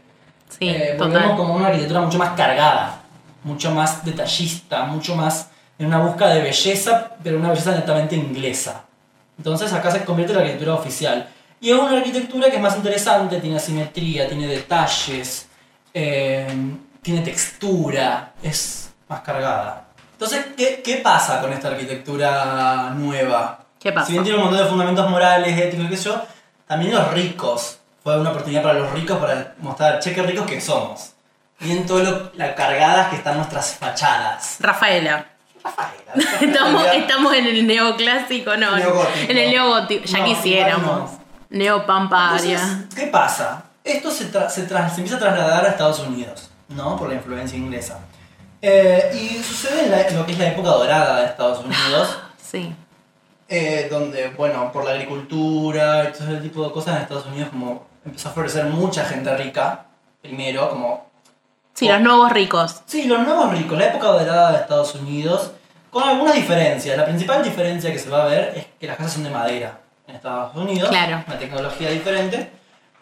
C: Sí,
B: Eh, volvemos
C: total.
B: como a una arquitectura mucho más cargada, mucho más detallista, mucho más en una búsqueda de belleza, pero una belleza netamente inglesa. Entonces acá se convierte en la arquitectura oficial. Y es una arquitectura que es más interesante, tiene asimetría, tiene detalles, eh, tiene textura, es más cargada. Entonces, ¿qué, ¿qué pasa con esta arquitectura nueva?
C: ¿Qué pasa?
B: Si bien tiene un montón de fundamentos morales, éticos y qué sé yo, también los ricos. Fue una oportunidad para los ricos para mostrar, che, qué ricos que somos. Miren todo lo la cargadas que están nuestras fachadas.
C: Rafaela.
B: Rafaela.
C: Estamos,
B: Rafaela.
C: estamos en el neoclásico, no.
B: Neogótico.
C: En el neogótico. Ya
B: No,
C: quisiéramos.
B: igual
C: Neopamparia.
B: Entonces, ¿Qué pasa? Esto se, tra- se, tras- se empieza a trasladar a Estados Unidos, ¿no? Por la influencia inglesa. Eh, y sucede en, la- en lo que es la época dorada de Estados Unidos,
C: Sí.
B: eh, donde, bueno, por la agricultura y todo ese tipo de cosas en Estados Unidos, como empezó a florecer mucha gente rica, primero, como
C: Sí, los nuevos ricos.
B: Sí, los nuevos ricos, la época dorada de Estados Unidos, con algunas diferencias. La principal diferencia que se va a ver es que las casas son de madera en Estados Unidos.
C: Claro.
B: Una tecnología diferente.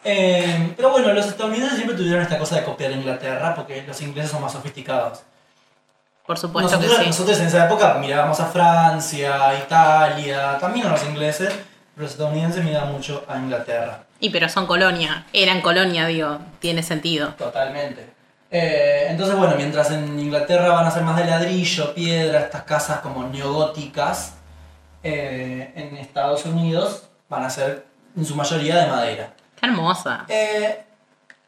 B: Eh, pero bueno, los estadounidenses siempre tuvieron esta cosa de copiar a Inglaterra porque los ingleses son más sofisticados.
C: Por supuesto
B: nosotros,
C: que sí.
B: nosotros en esa época mirábamos a Francia, Italia, también a los ingleses, pero los estadounidenses miraban mucho a Inglaterra.
C: Y pero son colonia. Eran colonia, digo. Tiene sentido.
B: Totalmente. Eh, entonces, bueno, mientras en Inglaterra van a ser más de ladrillo, piedra, estas casas como neogóticas, eh, en Estados Unidos van a ser en su mayoría de madera.
C: Qué hermosa.
B: Eh,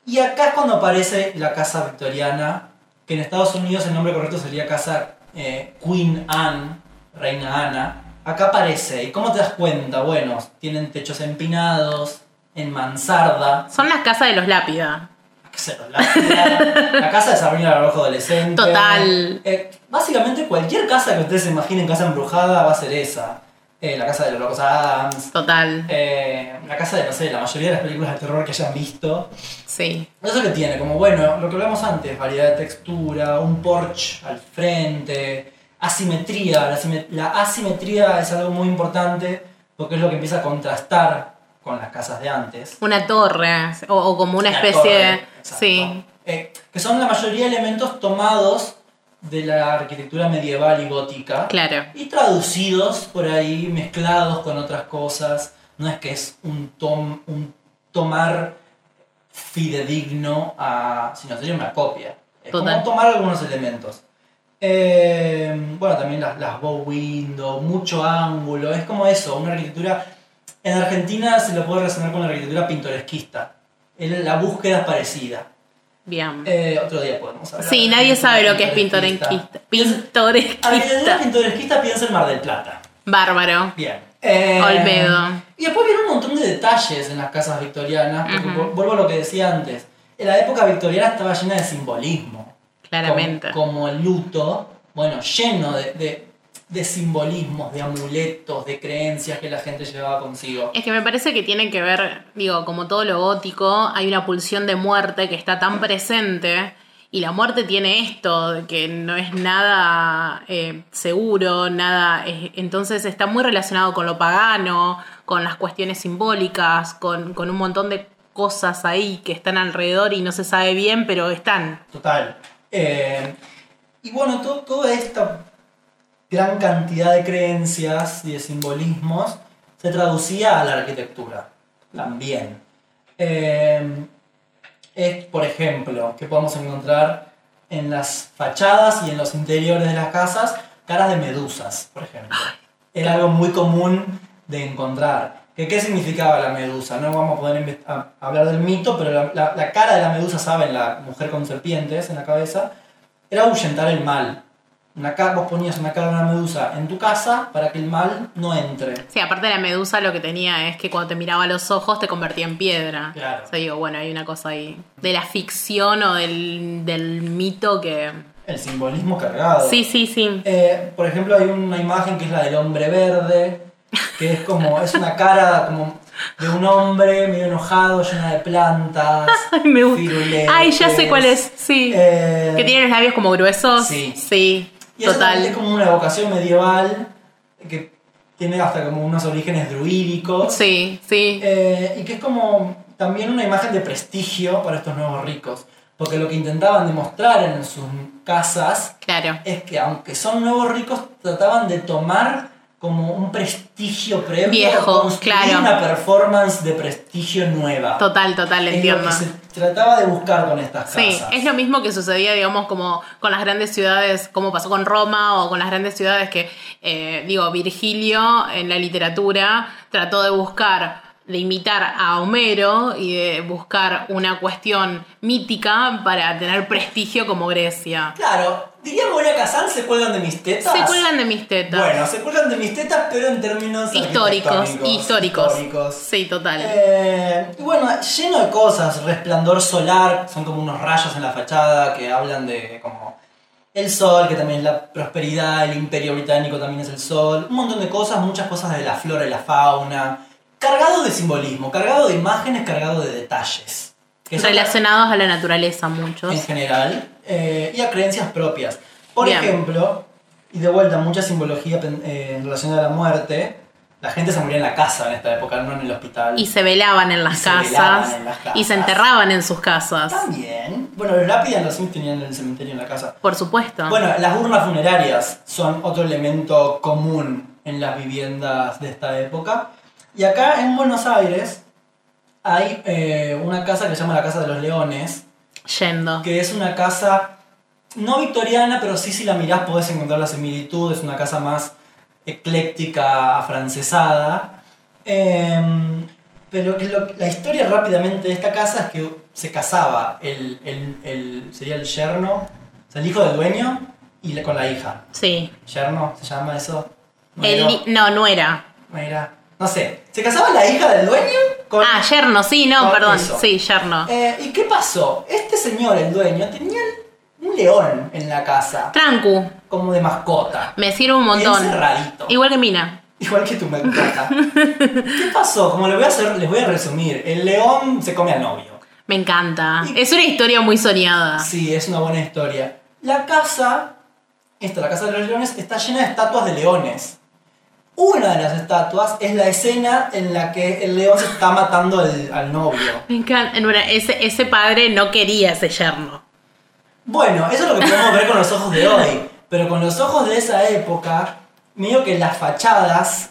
B: y acá es cuando aparece la casa victoriana, que en Estados Unidos el nombre correcto sería casa eh, Queen Anne, Reina Ana, acá aparece. ¿Y cómo te das cuenta? Bueno, tienen techos empinados, en mansarda,
C: Son las casas de los lápida.
B: que se los lastra, la casa de Sabrina la Roja adolescente.
C: Total.
B: Eh, básicamente cualquier casa que ustedes se imaginen casa embrujada va a ser esa. Eh, la casa de los locos Adams.
C: Total.
B: eh, la casa de, no sé, la mayoría de las películas de terror que hayan visto.
C: Sí.
B: Eso que tiene, como bueno, lo que hablamos antes, variedad de textura, un porche al frente, asimetría. La, asime- la asimetría es algo muy importante porque es lo que empieza a contrastar con las casas de antes.
C: Una torre. O, o como una
B: La
C: especie
B: torre,
C: de.
B: exacto.
C: Sí.
B: Eh, que son la mayoría elementos tomados de la arquitectura medieval y gótica
C: Claro.
B: y traducidos por ahí, mezclados con otras cosas. No es que es un, tom, un tomar fidedigno a. sino sería una copia. Es
C: Total.
B: como tomar algunos elementos. Eh, bueno, también las, las bow window, mucho ángulo, es como eso, una arquitectura. En Argentina se lo puede relacionar con la arquitectura pintoresquista. El- La búsqueda es parecida.
C: Bien.
B: Eh, otro día podemos hablar.
C: Sí,
B: de
C: nadie
B: arquitectura
C: sabe lo que es pintoresquista.
B: Arquitectura
C: Pintoresquista.
B: pintoresquista piensa en Mar del Plata.
C: Bárbaro.
B: Bien. Eh,
C: Olmedo.
B: Y después viene un montón de detalles en las casas victorianas, porque
C: Ujú.
B: vu- vuelvo a lo que decía antes. En la época victoriana estaba llena de simbolismo.
C: Claramente.
B: Como, como el luto, bueno, lleno de, de- de simbolismos, de amuletos, de creencias que la gente llevaba consigo.
C: Es que me parece que tiene que ver, digo, como todo lo gótico, hay una pulsión de muerte que está tan presente y la muerte tiene esto, de que no es nada eh, seguro, nada... eh, entonces está muy relacionado con lo pagano, con las cuestiones simbólicas, con, con un montón de cosas ahí que están alrededor y no se sabe bien, pero están.
B: Total. Eh, y bueno, to- toda esta gran cantidad de creencias y de simbolismos se traducía a la arquitectura también. Eh, es, por ejemplo, que podemos encontrar en las fachadas y en los interiores de las casas caras de medusas, por ejemplo. Era algo muy común de encontrar. ¿Qué, qué significaba la medusa? No vamos a poder inve- a- hablar del mito, pero la, la- la cara de la medusa, saben, la mujer con serpientes en la cabeza, era ahuyentar el mal. Una ca- vos ponías una cara de una medusa en tu casa para que el mal no entre.
C: Sí, aparte la medusa lo que tenía es que cuando te miraba a los ojos te convertía en piedra.
B: Claro.
C: O sea, digo, bueno, hay una cosa ahí de la ficción o del, del mito que...
B: El simbolismo cargado.
C: Sí, sí, sí.
B: Eh, por ejemplo, hay una imagen que es la del hombre verde, que es como, es una cara como de un hombre medio enojado, llena de plantas.
C: Ay, me gusta.
B: Firuletes.
C: Ay, ya sé cuál es. Sí.
B: Eh,
C: que tiene los labios como gruesos.
B: Sí.
C: Sí.
B: y eso también
C: Total.
B: es como una evocación medieval que tiene hasta como unos orígenes druídicos.
C: Sí, sí.
B: Eh, y que es como también una imagen de prestigio para estos nuevos ricos. Porque lo que intentaban demostrar en sus casas
C: Claro.
B: es que aunque son nuevos ricos, trataban de tomar como un prestigio previo.
C: Viejo,
B: construir
C: claro.
B: una performance de prestigio nueva.
C: Total, total,
B: Es lo
C: entiendo.
B: que se trataba de buscar con estas
C: Sí,
B: casas.
C: es lo mismo que sucedía, digamos, como con las grandes ciudades, como pasó con Roma o con las grandes ciudades que, eh, digo, Virgilio en la literatura trató de buscar, de imitar a Homero y de buscar una cuestión mítica para tener prestigio como Grecia.
B: Claro, diría Moria Casal se cuelgan de mis tetas.
C: Se cuelgan de mis tetas.
B: Bueno, se cuelgan de mis tetas, pero en términos
C: históricos,
B: arquitectónicos,
C: históricos.
B: históricos.
C: Sí, total.
B: Eh, y bueno, lleno de cosas, resplandor solar, son como unos rayos en la fachada que hablan de como el sol, que también es la prosperidad, el imperio británico también es el sol, un montón de cosas, muchas cosas de la flora y la fauna, cargado de simbolismo, cargado de imágenes, cargado de detalles. Que son
C: Relacionados a la naturaleza muchos.
B: en general eh, y a creencias propias. Por
C: Bien.
B: ejemplo, y de vuelta, mucha simbología pen- eh, en relación a la muerte. La gente se moría en la casa en esta época, no en el hospital.
C: Y se velaban en
B: Y
C: las
B: se velaban
C: casas.
B: en las
C: Y se
B: casas.
C: enterraban en sus casas.
B: También. Bueno, los lápidas en los Sims tenían el cementerio en la casa.
C: Por supuesto.
B: Bueno, las urnas funerarias son otro elemento común en las viviendas de esta época. Y acá en Buenos Aires hay eh, una casa que se llama la Casa de los Leones,
C: Yendo.
B: que es una casa no victoriana, pero sí si la mirás podés encontrar la similitud, es una casa más ecléctica, afrancesada. Em, pero que lo- la historia rápidamente de esta casa es que se casaba el, el- el- sería el yerno, o sea, el hijo del dueño y la- con la hija.
C: Sí.
B: ¿Yerno se llama eso?
C: El
B: Mira,
C: ni- no, no era.
B: mira, no sé. ¿Se casaba la hija del dueño? Con...
C: Ah, yerno, sí, no,
B: Con
C: perdón.
B: eso.
C: Sí, yerno.
B: Eh, ¿Y qué pasó? Este señor, el dueño, tenía un león en la casa,
C: Trancu,
B: como de mascota.
C: me sirve un
B: Y
C: montón.
B: encerradito.
C: Igual que Mina.
B: Igual que tu mascota. ¿Qué pasó? Como les voy a hacer, les voy a resumir. El león se come al novio.
C: Me encanta.
B: Y-
C: Es una historia muy soñada.
B: Sí, es una buena historia. La casa, esta, la casa de los leones, está llena de estatuas de leones. Una de las estatuas es la escena en la que el león se está matando al, al novio.
C: Me encanta. Bueno, ese, ese padre no quería ese yerno.
B: Bueno, eso es lo que podemos ver con los ojos de hoy. Pero con los ojos de esa época, medio que las fachadas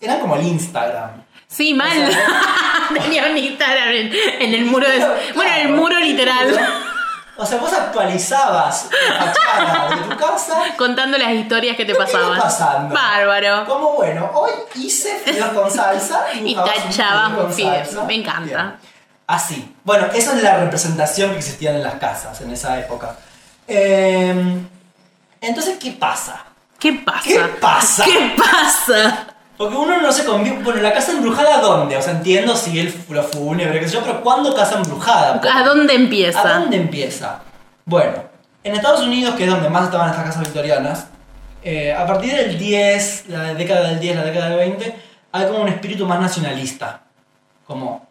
B: eran como el Instagram.
C: Sí, mal.
B: O
C: Tenía un Instagram en, en el muro de. Bueno, en el muro literal.
B: O sea, vos actualizabas la fachada de tu casa
C: Contando las historias que te
B: ¿Qué iba
C: pasaban.
B: pasando?
C: Bárbaro.
B: Como bueno, hoy hice fideos con salsa
C: Y
B: dibujabas
C: tachabas
B: fideo con
C: un fideo.
B: salsa.
C: Me encanta.
B: Bien. Así. Bueno, esa es la representación que existía en las casas en esa época. Eh, entonces, ¿qué pasa?
C: ¿Qué pasa?
B: ¿Qué pasa?
C: ¿Qué pasa?
B: Porque uno no se convierte. Bueno, la casa embrujada, ¿dónde? O sea, entiendo si el lo fúnebre, qué sé yo, pero ¿cuándo casa embrujada?
C: ¿A dónde empieza?
B: ¿A dónde empieza? Bueno, en Estados Unidos, que es donde más estaban estas casas victorianas, eh, a partir del 10, la década del 10, la década del 20, hay como un espíritu más nacionalista. Como,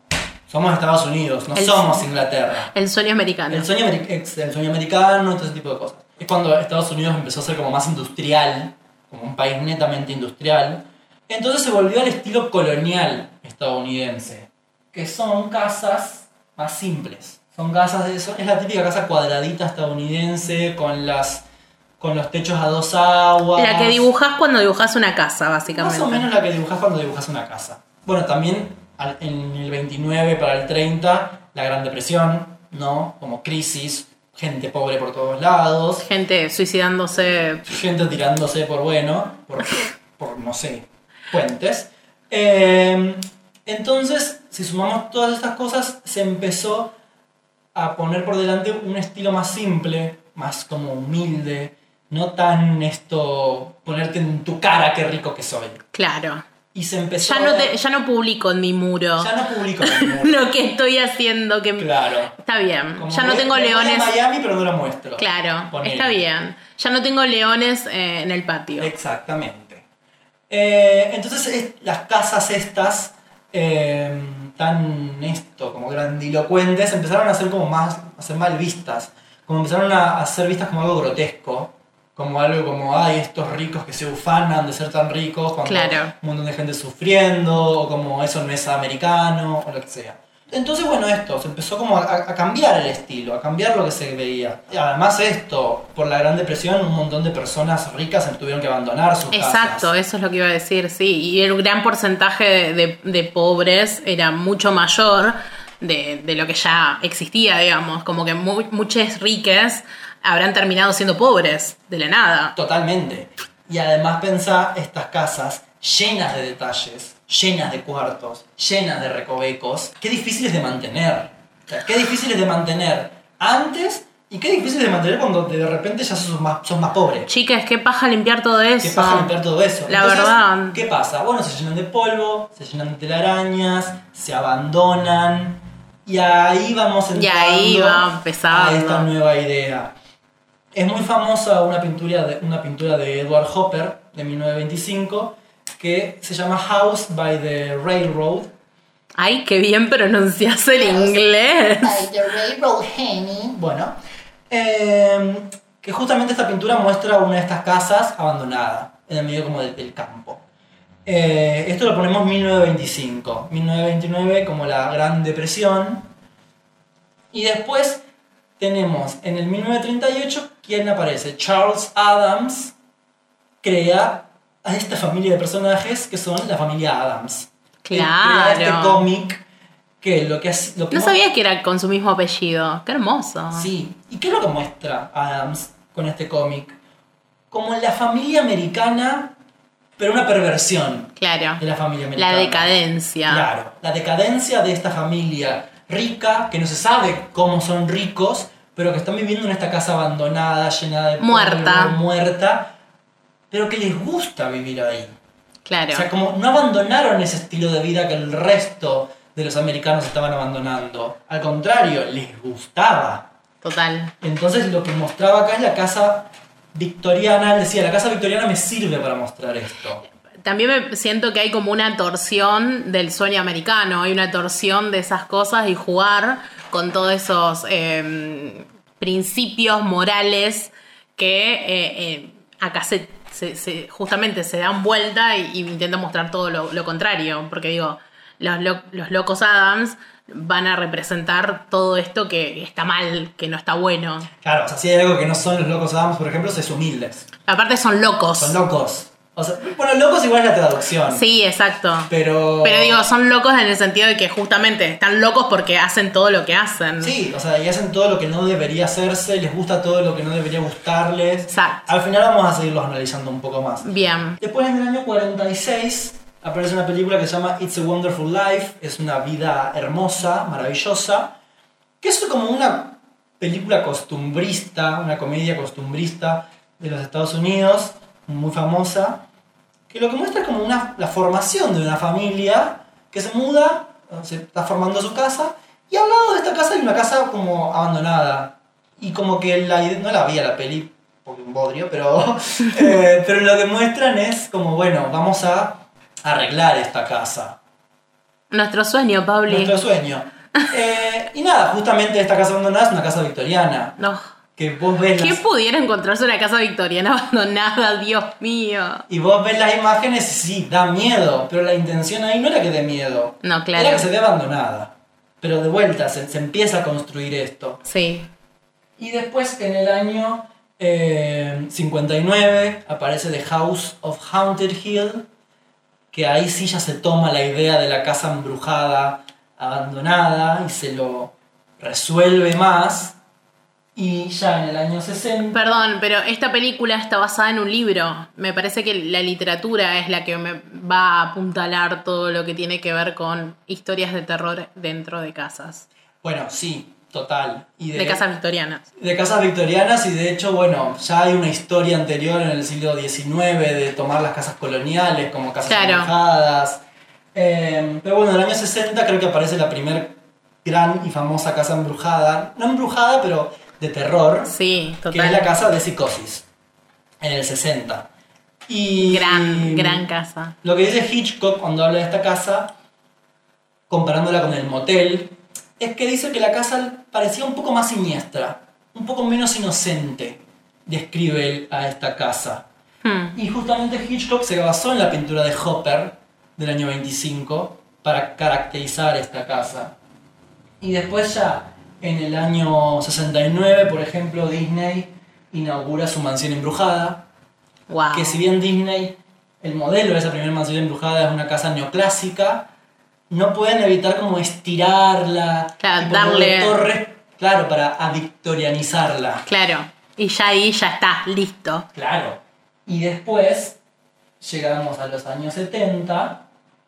B: somos Estados Unidos, no
C: El-
B: somos Inglaterra.
C: El sueño americano.
B: El sueño, ameri- ex- el sueño americano, todo ese tipo de cosas. Es cuando Estados Unidos empezó a ser como más industrial, como un país netamente industrial. Entonces se volvió al estilo colonial estadounidense, que son casas más simples. Son casas de eso, es la típica casa cuadradita estadounidense con las con los techos a dos aguas.
C: La que dibujas cuando dibujas una casa, básicamente.
B: Más o menos la que dibujas cuando dibujas una casa. Bueno, también al- en el 29 para el 30, la Gran Depresión, ¿no? Como crisis, gente pobre por todos lados,
C: Gente suicidándose.
B: gente tirándose por bueno, por, por, no sé, puentes. Eh, entonces, si sumamos todas estas cosas, se empezó a poner por delante un estilo más simple, más como humilde, no tan esto, ponerte en tu cara qué rico que soy.
C: Claro.
B: Y se empezó
C: Ya no,
B: a-
C: te- ya no publico en mi muro
B: Ya no publico en el muro.
C: lo que estoy haciendo. Que...
B: Claro.
C: Está bien.
B: Como
C: ya no
B: que
C: tengo
B: me voy a
C: leones.
B: Miami, pero no lo muestro.
C: Claro.
B: Ponele.
C: Está bien. Ya no tengo leones eh, en el patio.
B: Exactamente. Eh, entonces, es- las casas estas, eh, tan esto, como grandilocuentes, empezaron a ser como más, a ser mal vistas. Como empezaron a, a ser vistas como algo grotesco. Como algo como, ay, estos ricos que se ufanan de ser tan ricos cuando
C: Claro.
B: un montón de gente sufriendo, o como eso no es americano, o lo que sea. Entonces, bueno, esto, se empezó como a, a cambiar el estilo, a cambiar lo que se veía. Y además esto, por la Gran Depresión, un montón de personas ricas tuvieron que abandonar sus
C: Exacto,
B: casas.
C: eso es lo que iba a decir, sí. Y el gran porcentaje de, de- de pobres era mucho mayor de, de lo que ya existía, digamos. Como que mu- muchos riques habrán terminado siendo pobres de la nada.
B: Totalmente. Y además pensá estas casas llenas de detalles, llenas de cuartos, llenas de recovecos. Qué difíciles de mantener. O sea, qué difíciles de mantener antes y qué difíciles de mantener cuando de repente ya sos más, sos más pobre.
C: Chicas, qué paja limpiar todo eso.
B: que pasa limpiar todo eso.
C: La verdad.
B: ¿Qué pasa? Bueno, se llenan de polvo, se llenan de telarañas, se abandonan. Y ahí vamos entrando
C: Y ahí va empezando.
B: a esta nueva idea. Es muy famosa una pintura de, una pintura de Edward Hopper de 1925 que se llama House by the Railroad.
C: Ay, qué bien pronuncias el inglés.
E: by the railroad honey.
B: Bueno, eh, que justamente esta pintura muestra una de estas casas abandonada, en el medio como del, del campo. Eh, esto lo ponemos 1925, 1929 como la Gran Depresión. Y después tenemos en el 1938, ¿quién aparece? Charles Adams crea a esta familia de personajes que son la familia Adams. Él Crea este
C: Claro.
B: cómic que lo que hace... lo que
C: No
B: muestra-
C: sabía que era con su mismo apellido. Qué hermoso.
B: Sí, ¿y qué es lo que muestra Adams con este cómic? Como la familia americana, pero una perversión
C: Claro.
B: de la familia americana.
C: La decadencia.
B: Claro, la decadencia de esta familia rica, que no se sabe cómo son ricos, pero que están viviendo en esta casa abandonada, llena de polvo,
C: Muerta.
B: muerta, pero que les gusta vivir ahí.
C: Claro.
B: O sea, como no abandonaron ese estilo de vida que el resto de los americanos estaban abandonando. Al contrario, les gustaba.
C: Total.
B: Entonces lo que mostraba acá es la casa victoriana. Él decía, la casa victoriana me sirve para mostrar esto.
C: También me siento que hay como una torsión del sueño americano, hay una torsión de esas cosas y jugar con todos esos eh, principios morales que eh, eh, acá se, se- se- justamente se dan vuelta y, y intentan mostrar todo lo, lo contrario, porque digo, los, lo- los locos Adams van a representar todo esto que está mal, que no está bueno.
B: Claro, o sea, si hay algo que no son los locos Adams, por ejemplo, es humildes.
C: Aparte son locos.
B: Son locos. O sea, bueno, locos igual es la traducción.
C: Sí, exacto.
B: Pero...
C: Pero digo, son locos en el sentido de que justamente están locos porque hacen todo lo que hacen.
B: Sí, o sea, y hacen todo lo que no debería hacerse, les gusta todo lo que no debería gustarles.
C: Exacto.
B: Al final vamos a seguirlos analizando un poco más.
C: Bien.
B: Después, en el año 46, aparece una película que se llama It's a Wonderful Life. Es una vida hermosa, maravillosa. Que es como una película costumbrista, una comedia costumbrista de los Estados Unidos, muy famosa. Que lo que muestra es como una, la formación de una familia que se muda, se está formando su casa. Y al lado de esta casa hay una casa como abandonada. Y como que la, ide- no la vi a la peli, porque un bodrio, pero, eh, pero lo que muestran es como, bueno, vamos a arreglar esta casa.
C: Nuestro sueño, Pauli.
B: Nuestro sueño. Eh, y nada, justamente esta casa abandonada es una casa victoriana.
C: No.
B: Que vos ves
C: ¿Quién
B: las,
C: pudiera encontrarse una casa victoriana abandonada? Dios mío.
B: y vos ves las imágenes, sí, da miedo, pero la intención ahí no era que dé miedo.
C: No, claro.
B: Era que se ve abandonada. Pero de vuelta se, se empieza a construir esto.
C: Sí.
B: Y después en el año eh, 59 aparece The House of Haunted Hill, que ahí sí ya se toma la idea de la casa embrujada, abandonada, y se lo resuelve más. Y ya en el año 60...
C: Perdón, pero esta película está basada en un libro. Me parece que la literatura es la que me va a apuntalar todo lo que tiene que ver con historias de terror dentro de casas.
B: Bueno, sí, total. Y
C: De casas victorianas.
B: de casas victorianas y de hecho, bueno, ya hay una historia anterior en el siglo XIX de tomar las casas coloniales como casas
C: Claro.
B: embrujadas. Eh, pero bueno, en el año 60 creo que aparece la primer gran y famosa casa embrujada, no embrujada, pero de terror,
C: Sí,
B: que es la
C: total.
B: casa de psicosis, en el 60. Y
C: Gran, gran casa.
B: lo que dice Hitchcock cuando habla de esta casa, comparándola con el motel, es que dice que la casa parecía un poco más siniestra, un poco menos inocente, describe él a esta casa.
C: Hmm.
B: Y justamente Hitchcock se basó en la pintura de Hopper del año 25 para caracterizar esta casa. Y después ya en el año 69, por ejemplo, Disney inaugura su mansión embrujada,
C: Wow.
B: que si bien Disney, el modelo de esa primera mansión embrujada es una casa neoclásica, no pueden evitar como estirarla,
C: Claro,
B: tipo, ponerle
C: darle-
B: torres, claro, para avictorianizarla.
C: Claro. Y ya ahí ya está, listo.
B: Claro. Y después llegamos a los años 70.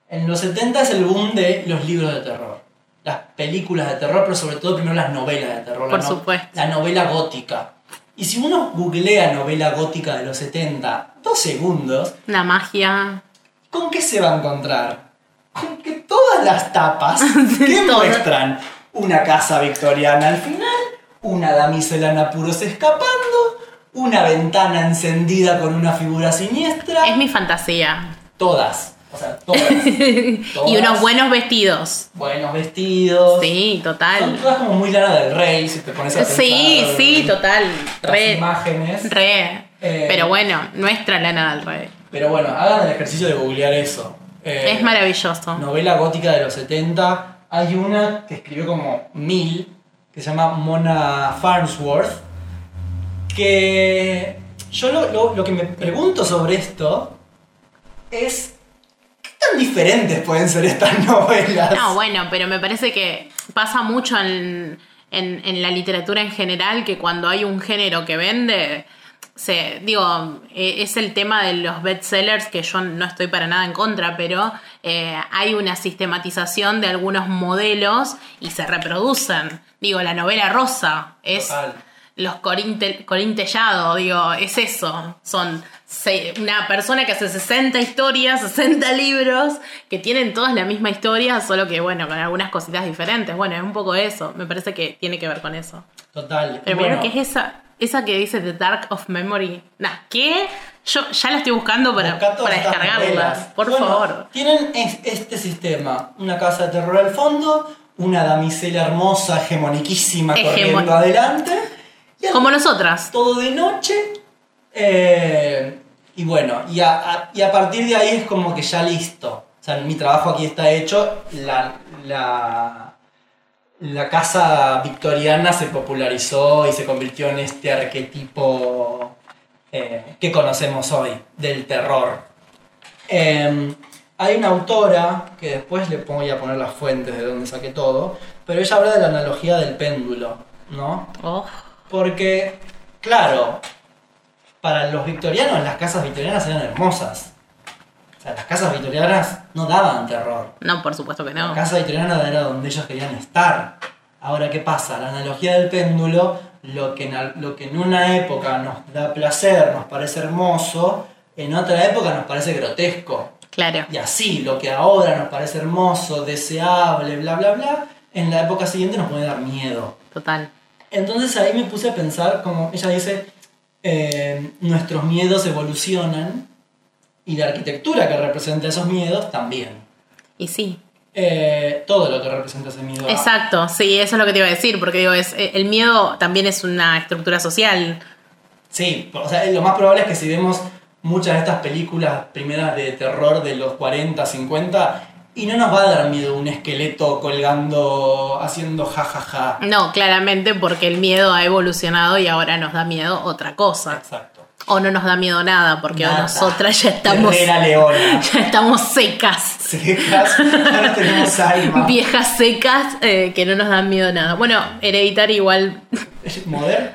B: En los 70 es el boom de los libros de terror. Las películas de terror, pero sobre todo primero las novelas de terror.
C: Por
B: la no-
C: supuesto.
B: La novela gótica. Y si uno googlea novela gótica de los 70, dos segundos,
C: La magia.
B: ¿con qué se va a encontrar? Con que todas las tapas que
C: Todas.
B: muestran una casa victoriana al final, una damisela en apuros escapando, una ventana encendida con una figura siniestra,
C: Es mi fantasía.
B: todas, o sea, todas.
C: Y unos buenos vestidos.
B: buenos vestidos.
C: Sí,
B: Son
C: total.
B: todas como muy Lana del Rey, si te pones a pensar.
C: Sí, sí, total.
B: Las
C: Re.
B: imágenes.
C: Re.
B: Eh.
C: Pero bueno, nuestra lana del rey.
B: Pero bueno, hagan el ejercicio de googlear eso. Eh,
C: Es maravilloso.
B: novela gótica de los 70. Hay una que escribió como mil, que se llama Mona Farnsworth, que yo lo, lo- lo que me pregunto sobre esto es, ¿qué tan diferentes pueden ser estas novelas?
C: No, bueno, pero me parece que pasa mucho en, en- en la literatura en general que cuando hay un género que vende, se, digo, eh, es el tema de los bestsellers que yo no estoy para nada en contra, pero eh, hay una sistematización de algunos modelos y se reproducen. Digo, la novela rosa es...
B: Total.
C: los corinte, corintellado, digo, es eso. Son se- una persona que hace 60 historias, 60 libros, que tienen todas la misma historia, solo que, bueno, con algunas cositas diferentes. Bueno, es un poco eso. Me parece que tiene que ver con eso.
B: Total.
C: Pero
B: bueno,
C: primero, ¿qué es esa? Esa que dice The Dark of Memory. Nah, ¿qué? Yo ya la estoy buscando para,
B: buscá todas
C: para
B: estas
C: descargarlas.
B: novelas.
C: Por
B: Bueno,
C: favor.
B: Tienen es- este sistema: una casa de terror al fondo, una damisela hermosa, hegemoniquísima,
C: Hegemo-
B: corriendo adelante. y al-
C: Como nosotras.
B: todo de noche. eh, y bueno, y a, a- y a partir de ahí es como que ya listo. O sea, mi trabajo aquí está hecho. La, la, la casa victoriana se popularizó y se convirtió en este arquetipo eh, que conocemos hoy, del terror. Eh, hay una autora, que después le voy a poner las fuentes de donde saqué todo, pero ella habla de la analogía del péndulo, ¿no?
C: Oh,
B: Porque, claro, para los victorianos las casas victorianas eran hermosas. O sea, las casas victorianas no daban terror.
C: no, por supuesto que
B: La
C: no.
B: casa victoriana era donde ellos querían estar. Ahora, ¿qué pasa? La analogía del péndulo, lo que en, al- lo que en una época nos da placer, nos parece hermoso, en otra época nos parece grotesco.
C: Claro.
B: Y así, lo que ahora nos parece hermoso, deseable, bla, bla, bla, en la época siguiente nos puede dar miedo.
C: Total.
B: Entonces ahí me puse a pensar, como ella dice, eh, nuestros miedos evolucionan y la arquitectura que representa esos miedos también.
C: Y sí.
B: Eh, todo lo que representa ese miedo.
C: Exacto. Sí, eso es lo que te iba a decir. Porque digo, es, eh, el miedo también es una estructura social.
B: Sí, o sea, lo más probable es que si vemos muchas de estas películas primeras de terror de los 40, 50, y no nos va a dar miedo un esqueleto colgando, haciendo jajaja.
C: No, claramente porque el miedo ha evolucionado y ahora nos da miedo otra cosa.
B: Exacto.
C: O no nos da miedo nada porque
B: Nada.
C: nosotras ya estamos,
B: Herrera Leona.
C: ya estamos secas.
B: Secas, ya no tenemos alma.
C: Viejas secas eh, que no nos dan miedo nada. Bueno, Hereditar igual.
B: Moderno.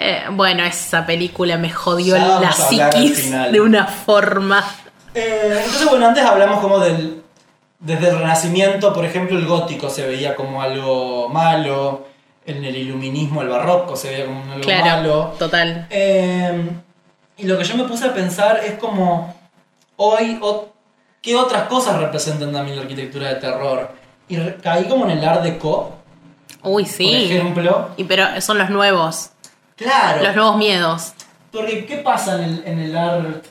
C: eh, bueno, esa película me jodió
B: Ya vamos
C: la
B: a hablar al
C: psiquis
B: final.
C: de una forma.
B: Eh, entonces, bueno, antes hablamos como del. Desde el Renacimiento, por ejemplo, el gótico se veía como algo malo. En el Iluminismo, el barroco se veía como algo
C: Claro,
B: malo.
C: total.
B: Eh, y lo que yo me puse a pensar es como. Hoy, o- ¿qué otras cosas representan también la arquitectura de terror? Y re- caí como en el Art Deco,
C: Uy,
B: por
C: sí.
B: ejemplo.
C: Y pero son los nuevos,
B: Claro.
C: los nuevos miedos.
B: Porque, ¿qué pasa en el, en el Art,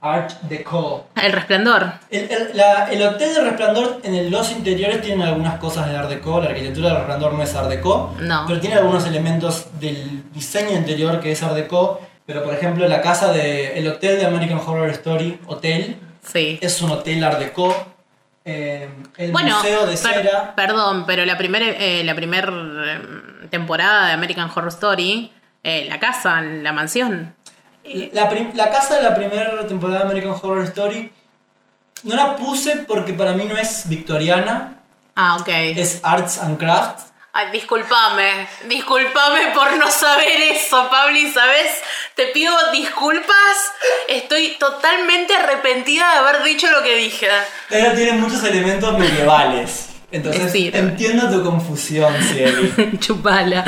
B: Art Deco?
C: El resplandor.
B: El, el- la- el Hotel del Resplandor en el- los interiores tienen algunas cosas de Art Deco, la arquitectura del Resplandor no es Art Deco,
C: No.
B: pero tiene algunos elementos del diseño interior que es Art Deco, pero por ejemplo la casa de el hotel de American Horror Story Hotel
C: Sí.
B: es un hotel Art Deco, eh, el
C: Bueno,
B: museo de
C: per-
B: cera,
C: perdón, pero la primera la primer, eh, temporada de American Horror Story, eh, la casa, la mansión. eh,
B: la, prim- la casa de la primera temporada de American Horror Story no la puse porque para mí no es victoriana,
C: Ah, ok.
B: es Arts and Crafts.
C: Ay, discúlpame, discúlpame por no saber eso, Pabli, ¿sabes? Te pido disculpas, estoy totalmente arrepentida de haber dicho lo que dije.
B: Pero tiene muchos elementos medievales. Entonces,
C: Sí, pero-
B: entiendo tu confusión, Cieli.
C: Chupala.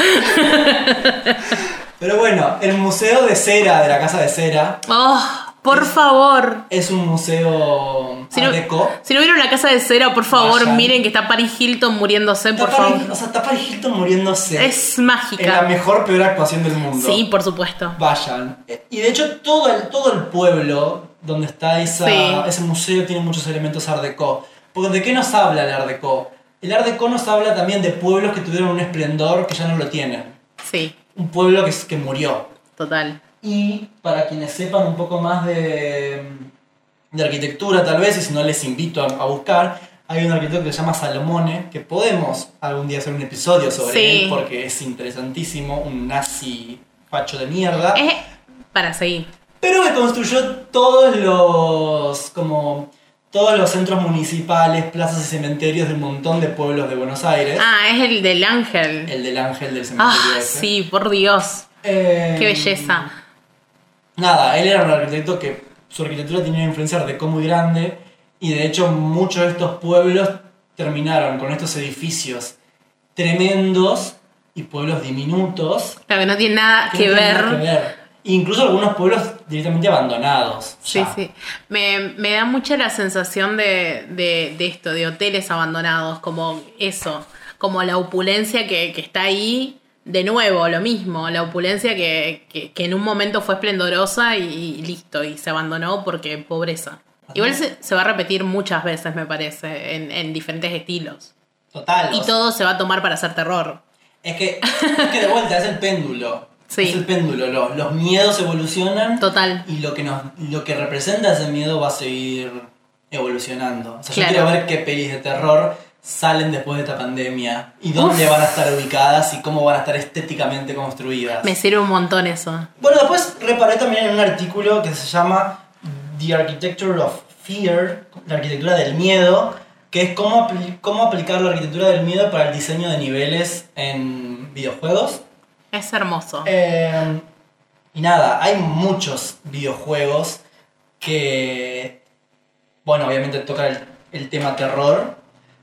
B: Pero bueno, el Museo de Cera, de la Casa de Cera,
C: Oh, por favor.
B: es un museo
C: Si no,
B: Art Deco.
C: si no vieron la casa de cera, por favor,
B: Vayan.
C: miren que está Paris Hilton muriéndose,
B: Está
C: por
B: Paris-
C: favor.
B: O sea, está Paris Hilton muriéndose.
C: Es
B: en la
C: mágica.
B: mejor, peor actuación del mundo.
C: Sí, por supuesto.
B: Vayan. Y de hecho, todo el, todo el pueblo donde está esa-
C: Sí.
B: ese museo tiene muchos elementos Art Deco. Porque ¿de qué nos habla el Art Deco? El Art Deco nos habla también de pueblos que tuvieron un esplendor que ya no lo tienen.
C: Sí,
B: Un pueblo que, que murió.
C: total.
B: Y para quienes sepan un poco más de, de arquitectura, tal vez, y si no les invito a, a buscar, hay un arquitecto que se llama Salomone, que podemos algún día hacer un episodio sobre
C: Sí.
B: él, porque es interesantísimo, un nazi facho de mierda.
C: Es para seguir.
B: Pero que construyó todos los. como. todos los centros municipales, plazas y cementerios de un montón de pueblos de Buenos Aires.
C: Ah, es el del ángel.
B: El del ángel del cementerio.
C: Ah,
B: ese.
C: sí, por Dios.
B: Eh,
C: Qué belleza.
B: Nada, él era un arquitecto que su arquitectura tenía una influencia de muy grande y de hecho muchos de estos pueblos terminaron con estos edificios tremendos y pueblos diminutos
C: Claro, que no tiene nada
B: no
C: que
B: tienen nada
C: ver.
B: que ver. Incluso algunos pueblos directamente abandonados.
C: Sí,
B: ya.
C: sí. Me, me da mucha la sensación de, de- de esto, de hoteles abandonados, como eso, como la opulencia que, que está ahí. De nuevo, lo mismo, la opulencia que, que- que en un momento fue esplendorosa y, y listo, y se abandonó porque pobreza. Igual se, se va a repetir muchas veces, me parece, en, en diferentes estilos.
B: Total.
C: Y
B: o
C: todo se va a tomar para hacer terror.
B: Es que, es que de vuelta es el péndulo.
C: Sí.
B: Es el péndulo. lo- Los, miedos evolucionan.
C: Total.
B: Y lo que, nos, lo que representa ese miedo va a seguir evolucionando. O sea,
C: Claro.
B: yo quiero ver qué pelis de terror salen después de esta pandemia. Y dónde van a estar ubicadas y cómo van a estar estéticamente construidas.
C: Me sirve un montón eso.
B: Bueno, después reparé también en un artículo que se llama The Architecture of Fear, la arquitectura del miedo, que es cómo, apli- cómo aplicar la arquitectura del miedo para el diseño de niveles en videojuegos.
C: Es hermoso.
B: Eh, y nada, hay muchos videojuegos que, bueno, obviamente tocan el, el tema terror.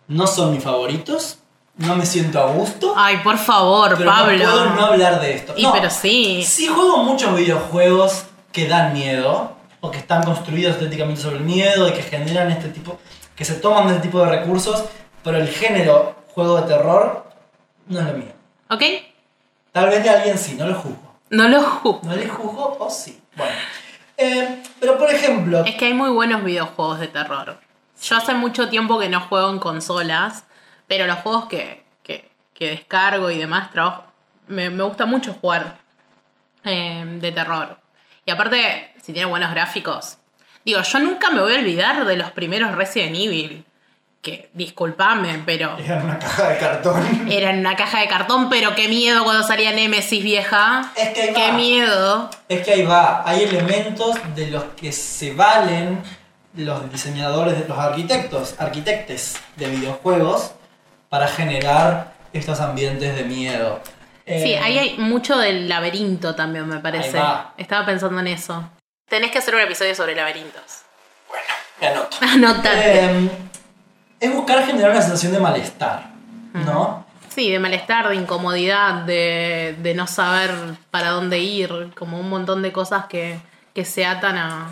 B: No son mis favoritos, no me siento a gusto.
C: Ay, por favor,
B: pero
C: Pablo.
B: no puedo no hablar de esto.
C: Y
B: No,
C: pero sí.
B: Sí, juego muchos videojuegos que dan miedo, o que están construidos estéticamente sobre el miedo, y que generan este tipo, que se toman de este tipo de recursos, pero el género juego de terror no es lo mío.
C: ¿Ok?
B: Tal vez de alguien sí, no lo juzgo.
C: No lo juzgo.
B: No le juzgo o sí. Bueno. Eh, pero por ejemplo,
C: Es que hay muy buenos videojuegos de terror. Yo hace mucho tiempo que no juego en consolas, pero los juegos que, que, que descargo y demás, trabajo, me, me gusta mucho jugar eh, de terror. Y aparte, si tiene buenos gráficos. Digo, yo nunca me voy a olvidar de los primeros Resident Evil. Que, disculpame, pero
B: era una caja de cartón.
C: eran una caja de cartón, pero qué miedo cuando salía Nemesis vieja.
B: Es que ahí
C: Qué
B: va.
C: miedo.
B: Es que ahí va, hay elementos de los que se valen los diseñadores, los arquitectos, arquitectes de videojuegos para generar estos ambientes de miedo.
C: Sí,
B: Eh,
C: ahí hay mucho del laberinto también, me parece.
B: Ahí va.
C: Estaba pensando en eso. Tenés que hacer un episodio sobre laberintos.
B: me anoto.
C: Anotate.
B: Eh, es buscar generar una sensación de malestar, ¿no?
C: Sí, de malestar, de incomodidad, de, de no saber para dónde ir, como un montón de cosas que, que se atan a,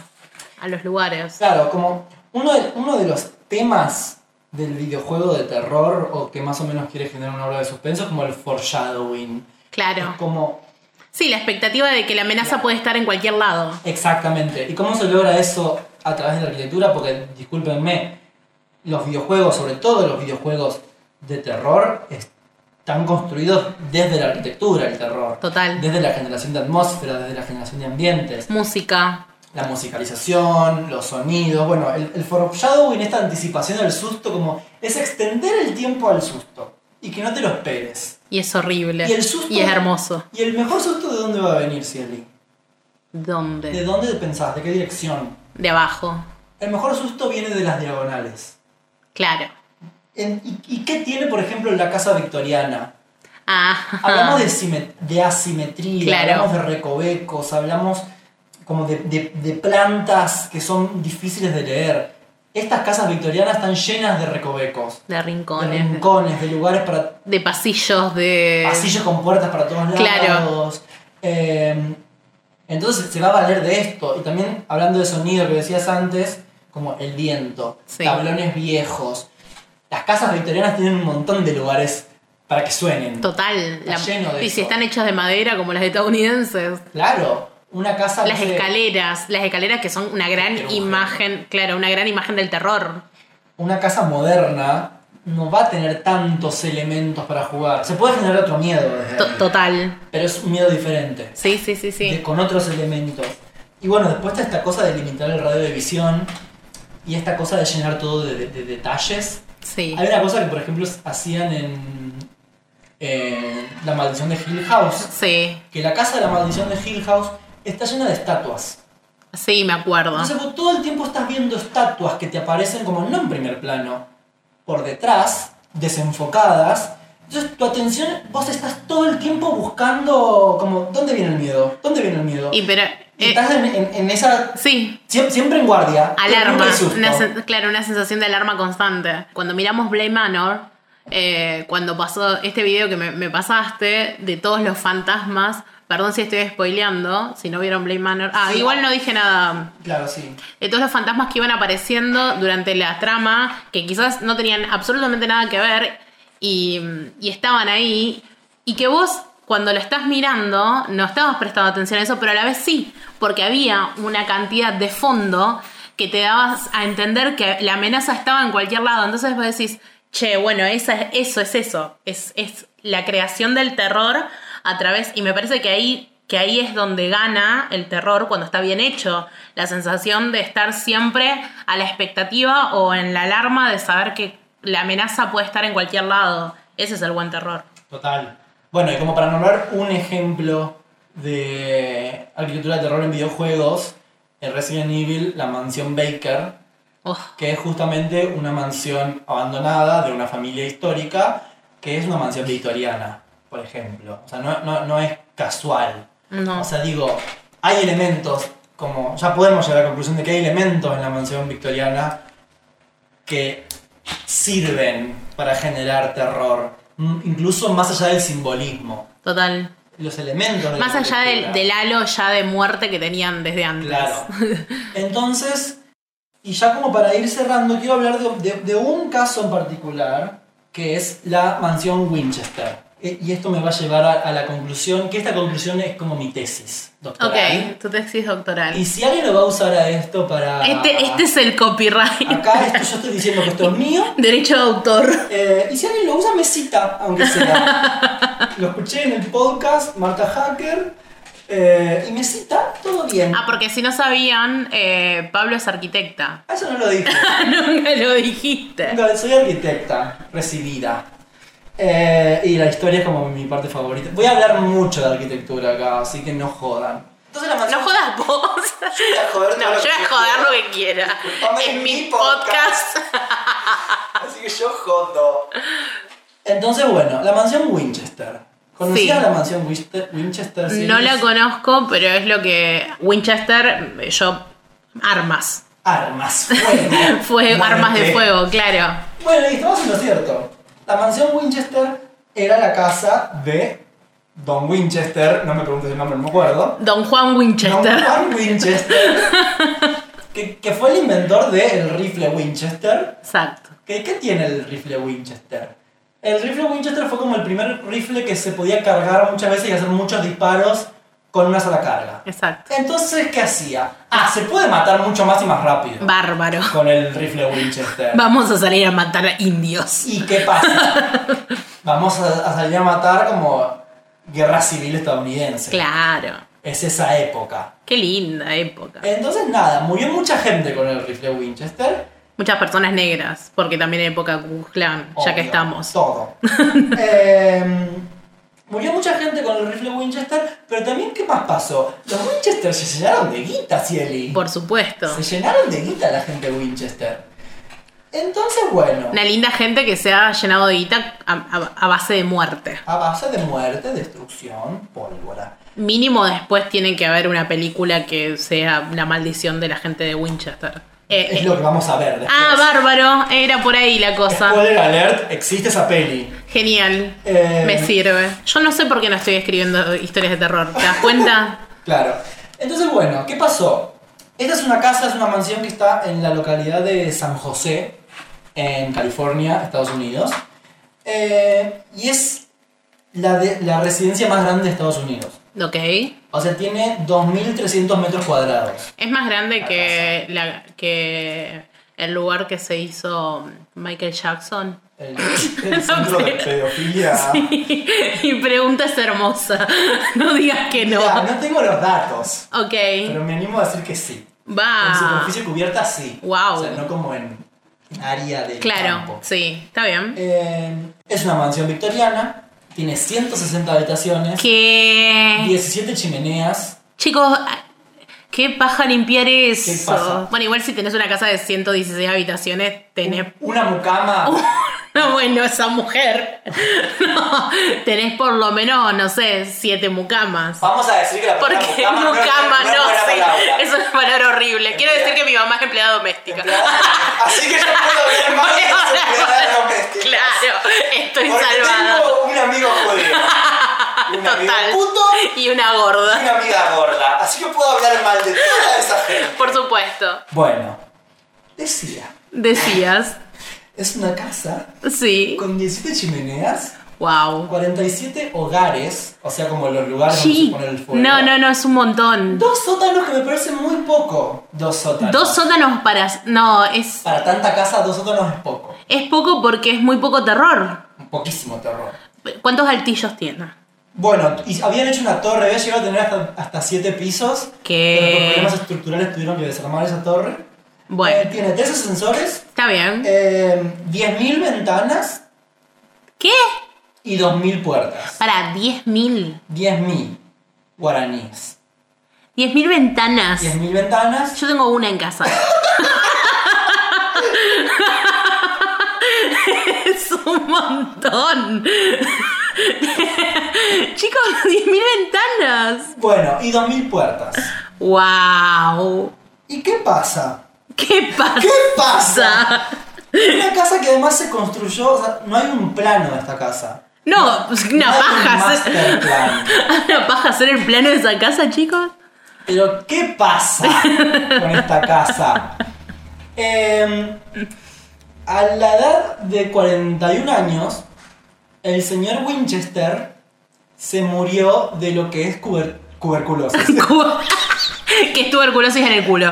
C: a los lugares.
B: Claro, como uno de, uno de los temas del videojuego de terror o que más o menos quiere generar una obra de suspenso es como el foreshadowing. Es
C: Claro.
B: como
C: Sí, la expectativa de que la amenaza puede estar en cualquier lado.
B: Exactamente. ¿Y cómo se logra eso a través de la arquitectura? Porque, discúlpenme, los videojuegos, sobre todo los videojuegos de terror, están construidos desde la arquitectura, el terror.
C: Total.
B: Desde la generación de atmósfera, desde la generación de ambientes,
C: Música.
B: la musicalización, los sonidos. Bueno, el, el foreshadowing, esta anticipación al susto, como es extender el tiempo al susto y que no te lo esperes.
C: Y es horrible.
B: Y el susto.
C: Y es hermoso.
B: ¿Y el mejor susto de dónde va a venir, Cieli?
C: ¿Dónde?
B: ¿De dónde pensás? ¿De qué dirección?
C: De abajo.
B: El mejor susto viene de las diagonales.
C: Claro.
B: En- ¿y, y qué tiene, por ejemplo, la casa victoriana?
C: Ah.
B: Hablamos de, simet- de asimetría,
C: Claro.
B: hablamos de recovecos, hablamos como de, de- de plantas que son difíciles de leer. Estas casas victorianas están llenas de recovecos,
C: De
B: de
C: rincones.
B: rincones, de lugares para
C: de pasillos, de.
B: pasillos con puertas para todos lados.
C: Claro.
B: Eh, entonces se va a valer de esto. Y también hablando de sonido que decías antes, como el viento,
C: Sí.
B: tablones viejos. Las casas victorianas tienen un montón de lugares para que suenen.
C: Total.
B: Está lleno de
C: y si
B: eso.
C: están hechas de madera como las estadounidenses.
B: Claro, una casa. no
C: Las
B: sé,
C: escaleras, las escaleras que son una gran
B: Pero,
C: imagen, claro, una gran imagen del terror.
B: Una casa moderna no va a tener tantos elementos para jugar. Se puede generar otro miedo, desde
C: To-
B: ahí,
C: total.
B: pero es un miedo diferente.
C: Sí, sí, sí,
B: de-
C: sí.
B: con otros elementos. Y bueno, después está esta cosa de limitar el radio de visión y esta cosa de llenar todo de, de- de detalles.
C: Sí.
B: Hay una cosa que, por ejemplo, hacían en, en La Maldición de Hill House,
C: Sí.
B: que la casa de la Maldición de Hill House está llena de estatuas.
C: Sí, me acuerdo.
B: Entonces vos todo el tiempo estás viendo estatuas que te aparecen como no en primer plano, por detrás, desenfocadas. Entonces tu atención, vos estás todo el tiempo buscando como, ¿dónde viene el miedo? ¿Dónde viene el miedo?
C: Y pero.
B: Y
C: eh,
B: estás en, en- en esa.
C: sí.
B: siem- Siempre, en guardia.
C: Alarma.
B: Nunca hay susto.
C: Una sen- claro, una sensación de alarma constante. Cuando miramos Blade Manor, eh, cuando pasó este video que me, me pasaste de todos los fantasmas. Perdón si estoy spoileando, si no vieron Blade Manor. Ah,
B: Sí.
C: igual no dije nada
B: Claro, sí.
C: de todos los fantasmas que iban apareciendo durante la trama, que quizás no tenían absolutamente nada que ver y, y estaban ahí, y que vos cuando lo estás mirando no estabas prestando atención a eso, pero a la vez sí, porque había una cantidad de fondo que te dabas a entender que la amenaza estaba en cualquier lado, entonces vos decís, che, bueno, esa es- eso es eso, es, es la creación del terror a través, y me parece que ahí, que ahí es donde gana el terror cuando está bien hecho, la sensación de estar siempre a la expectativa o en la alarma de saber que la amenaza puede estar en cualquier lado, ese es el buen terror.
B: Total. Bueno, y como para nombrar un ejemplo de arquitectura de terror en videojuegos, en Resident Evil, la mansión Baker,
C: Uf,
B: que es justamente una mansión abandonada de una familia histórica, que es una mansión victoriana, por ejemplo. O sea, no, no, no es casual.
C: no.
B: O sea, digo, hay elementos, como ya podemos llegar a la conclusión de que hay elementos en la mansión victoriana que sirven para generar terror, Mm, incluso más allá del simbolismo.
C: Total.
B: Los elementos... de la
C: Más allá del,
B: arquitectura.
C: del halo ya de muerte que tenían desde antes.
B: Claro. Entonces, y ya como para ir cerrando, quiero hablar de, de- de un caso en particular, que es la mansión Winchester. E- Y esto me va a llevar a, a la conclusión, que esta conclusión es como mi tesis, doctor.
C: Ok, tu tesis doctoral.
B: Y si alguien lo va a usar a esto para...
C: Este, este es el copyright.
B: Acá esto, yo estoy diciendo que esto es mío.
C: Derecho de autor.
B: Eh, y si alguien lo usa, me cita, aunque sea. lo escuché en el podcast, Marta Hacker, eh, y me cita, todo bien.
C: Ah, porque si no sabían, eh, Pablo es arquitecta.
B: Ah, Eso no lo dije.
C: Nunca lo dijiste.
B: No, soy arquitecta recibida. Eh, y la historia es como mi parte favorita. Voy a hablar mucho de arquitectura acá, así que no jodan. Entonces la
C: No
B: mansión.
C: jodas vos.
B: voy a joder todo
C: No,
B: lo
C: yo voy
B: que
C: a
B: quiera.
C: joder lo que quiera.
B: Disculpame,
C: Es
B: es
C: mi
B: mi podcast.
C: podcast.
B: Así que yo jodo. Entonces, bueno, la mansión Winchester. ¿Conocías
C: Sí.
B: la mansión Winchester? Winchester sí?
C: No la conozco, pero es lo que. Winchester, eh, yo. Armas.
B: Armas, fuego.
C: Fue
B: Muerte.
C: armas de fuego, claro.
B: Bueno, y estamos en lo cierto. La mansión Winchester era la casa de Don Winchester. No me preguntes el nombre, no me acuerdo.
C: Don Juan Winchester.
B: John Juan Winchester. que, que fue el inventor del rifle Winchester.
C: Exacto.
B: ¿Qué, qué tiene el rifle Winchester? El rifle Winchester fue como el primer rifle que se podía cargar muchas veces y hacer muchos disparos con una sola carga.
C: Exacto.
B: Entonces, ¿qué hacía? Ah, se puede matar mucho más y más rápido
C: Bárbaro.
B: con el rifle Winchester.
C: Vamos a salir a matar a indios.
B: ¿Y qué pasa? Vamos a, a salir a matar como guerra civil estadounidense.
C: Claro.
B: Es esa época.
C: Qué linda época.
B: Entonces nada, murió mucha gente con el rifle Winchester.
C: Muchas personas negras, porque también hay época Ku Klux Klan, ya que
B: Obvio,
C: estamos.
B: Todo. Eh, murió mucha gente con el rifle Winchester, pero también ¿qué más pasó? Los Winchester se llenaron de guita, Cieli.
C: Por supuesto.
B: Se llenaron de guita la gente Winchester. Entonces bueno,
C: Una linda gente que se ha llenado de guita a, a- a base de muerte.
B: a base de muerte, destrucción, pólvora.
C: Mínimo después tiene que haber una película que sea la maldición de la gente de Winchester. Eh,
B: Es
C: eh,
B: lo que vamos a ver después.
C: ah, bárbaro. Era por ahí la cosa.
B: Spoiler alert, existe esa peli.
C: Genial.
B: Eh,
C: Me sirve. Yo no sé por qué no estoy escribiendo historias de terror. ¿Te das cuenta?
B: Claro. Entonces, bueno, ¿qué pasó? Esta es una casa, es una mansión que está en la localidad de San José, en California, Estados Unidos. Eh, y es la, de- la residencia más grande de Estados Unidos.
C: ok.
B: O sea, tiene 2.300 metros cuadrados.
C: Es más grande que, la, que el lugar que se hizo Michael Jackson.
B: El, el centro de pedofilia.
C: Mi pregunta es hermosa. No digas que no.
B: Mira, no tengo los datos,
C: Ok.
B: pero me animo a decir que sí. En
C: Va.
B: superficie cubierta, sí.
C: Wow.
B: O sea, no como en en área de
C: Claro, sí, está bien.
B: Eh, es una mansión victoriana, tiene 160 habitaciones,
C: Que.
B: 17 chimeneas.
C: Chicos, qué paja limpiar eso.
B: paja.
C: Bueno, igual si tenés una casa de 116 habitaciones, tenés
B: Una mucama.
C: No, bueno, esa mujer. No, tenés por lo menos, no sé, siete mucamas.
B: Vamos a decir que la palabra
C: Porque
B: Ah, mucama no es-
C: mucama,
B: es
C: no,
B: buena
C: sí,
B: palabra.
C: es una palabra horrible. Quiero decir que mi mamá es empleada doméstica.
B: Así que yo puedo ver más que las empleadas domésticas.
C: Claro, estoy
B: Porque
C: salvada.
B: tengo un amigo judío. Un amigo
C: Total.
B: puto
C: Y una
B: y
C: gorda.
B: una amiga gorda. Así que puedo hablar mal de toda esa gente.
C: Por supuesto.
B: Bueno, decía,
C: Decías.
B: es una casa
C: Sí.
B: con 17 chimeneas,
C: Wow.
B: 47 hogares, o sea, como los lugares
C: Sí.
B: donde se pone el fuego.
C: No, no, no, es un montón.
B: Dos sótanos que me parecen muy poco. Dos sótanos.
C: Dos sótanos para. No, es.
B: Para tanta casa, dos sótanos es poco.
C: Es poco porque es muy poco terror.
B: Poquísimo terror.
C: ¿Cuántos altillos tiene?
B: Bueno, y habían hecho una torre, había llegado a tener hasta, hasta siete pisos.
C: ¿Qué?
B: Pero por problemas estructurales tuvieron que desarmar esa torre. Eh,
C: Bueno,
B: tiene 13 sensores,
C: está bien.
B: eh, 10.000 ventanas
C: ¿Qué?
B: y 2.000 puertas.
C: Para 10.000.
B: 10.000 guaraníes.
C: 10.000 ventanas.
B: 10.000 ventanas.
C: Yo tengo una en casa. es un montón. Chicos, 10.000 ventanas.
B: Bueno, y 2.000 puertas.
C: ¡Wow!
B: ¿Y qué pasa?
C: ¿Qué pasa?
B: ¿Qué pasa? Una casa que además se construyó, o sea, no hay un plano de esta casa.
C: No, pues, una
B: hay un
C: paja
B: master
C: hacer.
B: plan.
C: Una paja hacer el plano de esa casa, chicos.
B: Pero ¿qué pasa con esta casa? Em, a la edad de 41 años, el señor Winchester se murió de lo que es cuber- tuberculosis.
C: que es tuberculosis en el culo.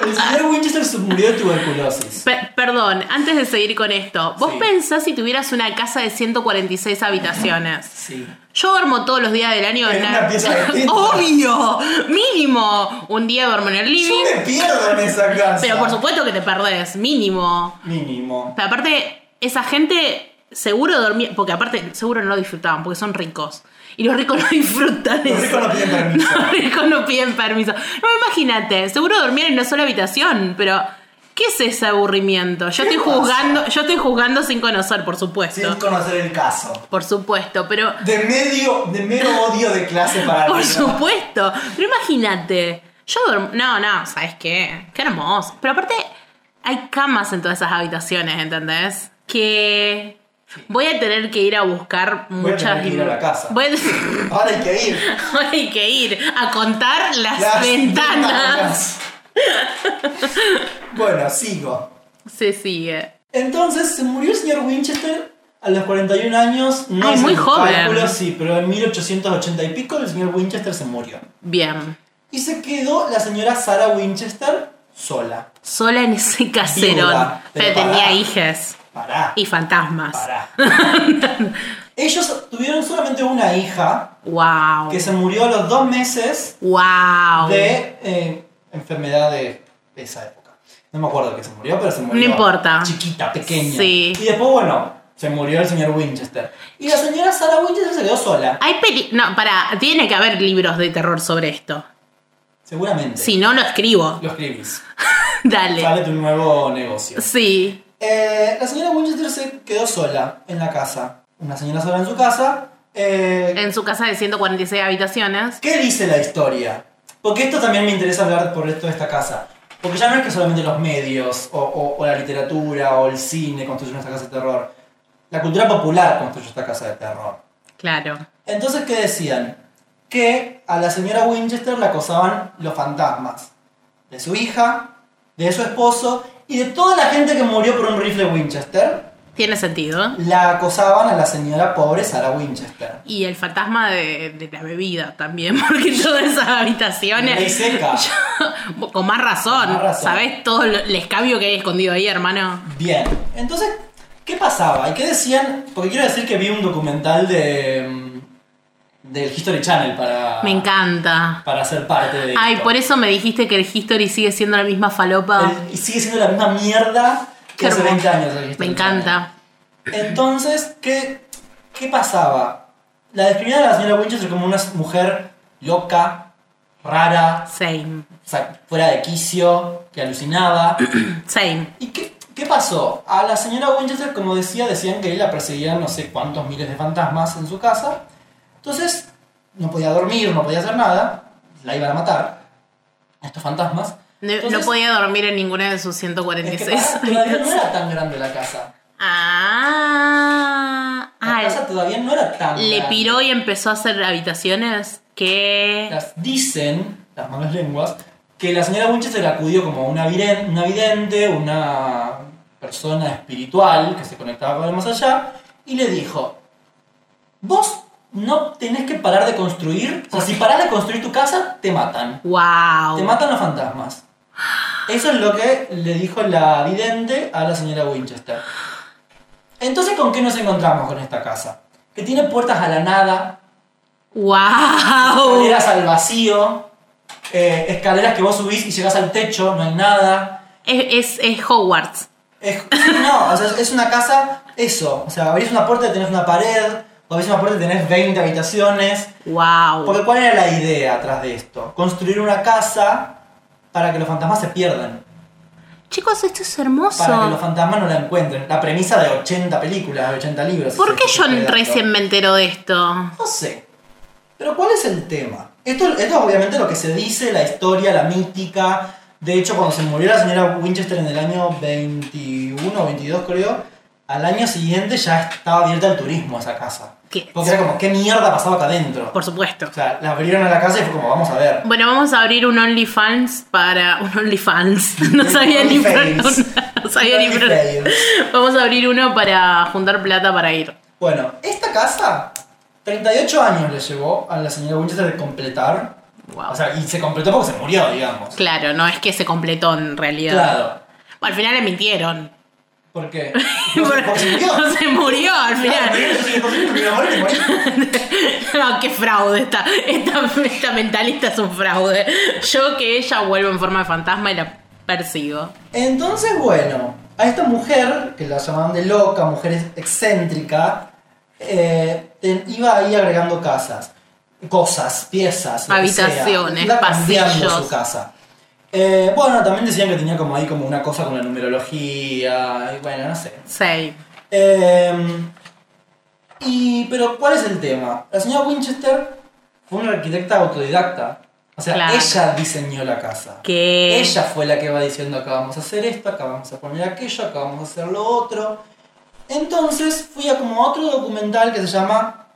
B: El señor Winchester se murió de tuberculosis.
C: Pe- perdón, antes de seguir con esto, vos
B: Sí.
C: pensás si tuvieras una casa de 146 habitaciones.
B: Sí.
C: Yo duermo todos los días del año
B: En una pieza distinta.
C: Obvio, mínimo. Un día duermo en el
B: Yo
C: living,
B: me pierdo en esa casa.
C: pero por supuesto que te perdés, mínimo.
B: Mínimo.
C: Pero aparte, esa gente seguro dormía. Porque aparte, seguro no lo disfrutaban, porque son ricos. Y los ricos no disfrutan
B: Los
C: eso.
B: ricos no piden permiso.
C: Los ricos no piden permiso. No, imagínate, seguro dormían en una sola habitación, pero. ¿Qué es ese aburrimiento? Yo
B: ¿Qué
C: estoy
B: pasa?
C: juzgando, yo estoy juzgando sin conocer, por supuesto.
B: Sin conocer el caso.
C: Por supuesto, pero.
B: De medio, de mero odio de clase para
C: Por
B: arriba.
C: supuesto. Pero imagínate. Yo duermo. No, no, ¿sabes qué? Qué hermoso. Pero aparte, hay camas en todas esas habitaciones, ¿entendés? Que. Voy a tener que ir a buscar
B: Voy a
C: muchas.
B: tener que ir a la casa.
C: Voy a-
B: Ahora hay que ir.
C: Ahora hay que ir a contar las,
B: Las
C: ventanas.
B: ventanas. bueno, sigo.
C: Se sigue.
B: Entonces, se murió el señor Winchester a los 41 años. No
C: Ay,
B: hice
C: muy
B: los
C: joven.
B: cálculos, sí, pero en 1880 y pico el señor Winchester se murió.
C: Bien.
B: Y se quedó la señora Sarah Winchester sola.
C: Sola en ese caserón.
B: Viuda,
C: pero
B: pero
C: tenía
B: pará.
C: hijes
B: Pará.
C: y fantasmas.
B: Pará. Ellos tuvieron solamente una hija
C: Wow.
B: que se murió a los dos meses
C: Wow.
B: de eh, enfermedad de esa época. No me acuerdo que se murió, pero se murió.
C: No importa.
B: Chiquita, pequeña.
C: Sí.
B: Y después, bueno, se murió el señor Winchester. Y la señora Sarah Winchester se quedó sola.
C: Hay peli... No, para, tiene que haber libros de terror sobre esto.
B: Seguramente.
C: Si no, lo escribo.
B: Lo escribís.
C: Dale.
B: Sale tu nuevo negocio.
C: Sí.
B: Eh, la señora Winchester se quedó sola en la casa. Una señora sola en su casa. Eh,
C: En su casa de 146 habitaciones.
B: ¿Qué dice la historia? Porque esto también me interesa hablar por esto de esta casa. Porque ya no es que solamente los medios, o, o- o la literatura, o el cine construyeron esta casa de terror. La cultura popular construyó esta casa de terror.
C: Claro.
B: Entonces, ¿qué decían? Que a la señora Winchester la acosaban los fantasmas. De su hija, de su esposo, y de toda la gente que murió por un rifle Winchester,
C: Tiene sentido.
B: la acosaban a la señora pobre Sarah Winchester.
C: Y el fantasma de, de la bebida también, porque todas esas
B: Ley
C: habitaciones.
B: seca.
C: Con más razón.
B: Con más razón.
C: ¿Sabés todo lo- el escabio que hay escondido ahí, hermano?
B: Bien, entonces, ¿qué pasaba? ¿Y qué decían? Porque quiero decir que vi un documental de mm, del History Channel para,
C: Me encanta.
B: para ser parte de
C: Ay,
B: esto.
C: por eso me dijiste que el History sigue siendo la misma falopa.
B: El- y sigue siendo la misma mierda que hace
C: hermoso.
B: 20 años. el
C: Me
B: History
C: encanta.
B: Channel. Entonces, ¿qué, ¿qué pasaba? La describían a la señora Winchester como una mujer loca, rara,
C: Same.
B: sa- fuera de quicio, que alucinaba.
C: Same.
B: ¿Y qué, ¿Qué pasó? A la señora Winchester, como decía, decían que la perseguían no sé cuántos miles de fantasmas en su casa. Entonces, no podía dormir, no podía hacer nada. La iban a matar. a Estos fantasmas.
C: No,
B: Entonces,
C: no podía dormir en ninguna de sus
B: es
C: 146
B: que todavía no
C: habitaciones.
B: era tan grande la casa.
C: Ah,
B: La
C: ah,
B: casa todavía no era tan
C: le
B: grande.
C: piró y empezó a hacer habitaciones que...
B: Las dicen, las malas lenguas, que la señora Winchester acudió como una viren- una vidente, una persona espiritual que se conectaba con el más allá, y le dijo, vos no tenés que parar de construir, o sea, si parás de construir tu casa, te matan. Te
C: ¡Wow!
B: matan los fantasmas. Eso es lo que le dijo la vidente a la señora Winchester. Entonces, ¿con qué nos encontramos con esta casa? Que tiene puertas a la nada,
C: ¡Wow!
B: escaleras al vacío, eh, escaleras que vos subís y llegás al techo, no hay nada.
C: Es, es, es Hogwarts.
B: Es, sí, no, o sea, es una casa, eso. O sea, abrís una puerta y tenés una pared, o abrís una puerta y tenés 20 habitaciones.
C: ¡Wow!
B: Porque ¿cuál era la idea atrás de esto? Construir una casa para que los fantasmas se pierdan.
C: Chicos, esto es
B: Para que los
C: hermoso.
B: fantasmas no la encuentren. La premisa de 80 películas, de 80 libros.
C: ¿Por
B: ese
C: qué yo
B: pedazo.
C: recién me entero de esto?
B: No sé. Pero ¿cuál es el tema? Esto, esto es obviamente lo que se dice, la historia, la mítica. De hecho, cuando se murió la señora Winchester en el año 21 o 22, creo, al año siguiente ya estaba abierta al turismo esa casa.
C: ¿Qué?
B: Porque era como, ¿qué mierda pasaba acá adentro?
C: Por supuesto.
B: O sea, la abrieron a la casa y fue como, vamos a ver.
C: Bueno, vamos a abrir un OnlyFans para. Un OnlyFans. No sabía ni
B: OnlyFans.
C: pronunciar. No sabía ni
B: Only
C: pronunciar.
B: fails.
C: Vamos a abrir uno para juntar plata para ir.
B: Bueno, esta casa, 38 años le llevó a la señora Winchester de completar.
C: Wow.
B: O sea, y se completó porque se murió, digamos.
C: Claro, no es que se completó en realidad.
B: Claro.
C: Al final le mintieron.
B: ¿Por qué?
C: Porque-
B: Porque se murió.
C: no se murió al final.
B: Claro,
C: No, qué fraude esta, esta, esta mentalista es un fraude. Yo que ella vuelvo en forma de fantasma y la persigo.
B: Entonces, bueno, a esta mujer, que la llamaban de loca, mujer excéntrica, eh, te- iba ahí agregando casas, cosas, piezas, lo que sea.
C: Habitaciones,
B: Iba cambiando
C: pasillos.
B: su casa. Eh, bueno, también decían que tenía como ahí como una cosa con la numerología, y bueno, no sé.
C: Sí.
B: Em, y, pero, ¿cuál es el tema? La señora Winchester fue una arquitecta autodidacta. O sea,
C: Claro.
B: ella diseñó la casa.
C: Que.
B: Ella fue la que va diciendo acá vamos a hacer esto, acá vamos a poner aquello, acá vamos a hacer lo otro. Entonces fui a como otro documental que se llama,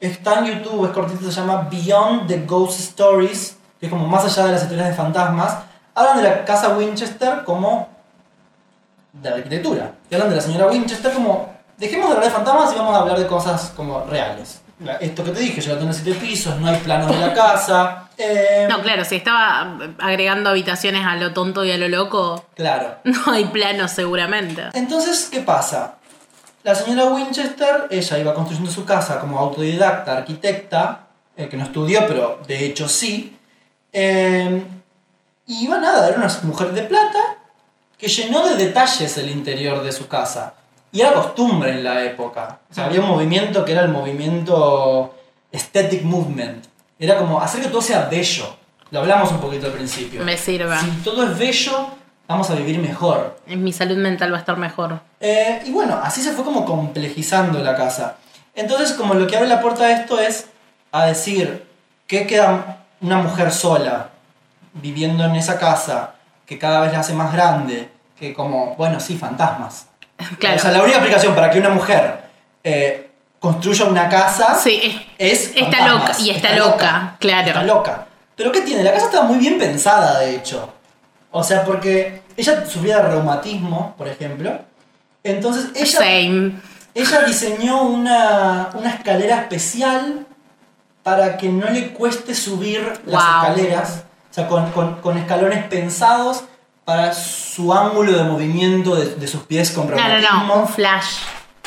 B: está en YouTube, es cortito, se llama Beyond the Ghost Stories, que es como más allá de las historias de fantasmas. Hablan de la casa Winchester como de la arquitectura. Y hablan de la señora Winchester como, dejemos de hablar de fantasmas y vamos a hablar de cosas como reales. La- Esto que te dije, yo la tengo en siete pisos, no hay planos de la casa. eh,
C: No, claro, si estaba agregando habitaciones a lo tonto y a lo loco,
B: Claro.
C: no hay plano seguramente.
B: Entonces, ¿qué pasa? La señora Winchester, ella iba construyendo su casa como autodidacta, arquitecta, eh, que no estudió, pero de hecho sí. Eh, y iba nada, era una mujer de plata que llenó de detalles el interior de su casa. Y era costumbre en la época. O sea, había un movimiento que era el movimiento aesthetic movement. Era como hacer que todo sea bello. Lo hablamos un poquito al principio.
C: Me sirve.
B: Si todo es bello, vamos a vivir mejor.
C: Mi salud mental va a estar mejor.
B: Eh, y bueno, así se fue como complejizando la casa. Entonces, como lo que abre la puerta a esto es a decir que queda una mujer sola viviendo en esa casa que cada vez la hace más grande, que como, bueno, sí, fantasmas.
C: Claro.
B: O sea, la única aplicación para que una mujer eh, construya una casa
C: Sí, es-
B: es...
C: está
B: fantasmas,
C: loca, y está loca, claro.
B: Está loca. Pero ¿qué tiene? La casa estaba muy bien pensada, de hecho. O sea, porque ella sufría de reumatismo, por ejemplo. Entonces ella,
C: Same.
B: ella diseñó una, una escalera especial para que no le cueste subir las
C: Wow.
B: escaleras. O sea, con, con- con escalones pensados para su ángulo de movimiento de, de sus pies con
C: No,
B: reumatismo.
C: no, no, un flash.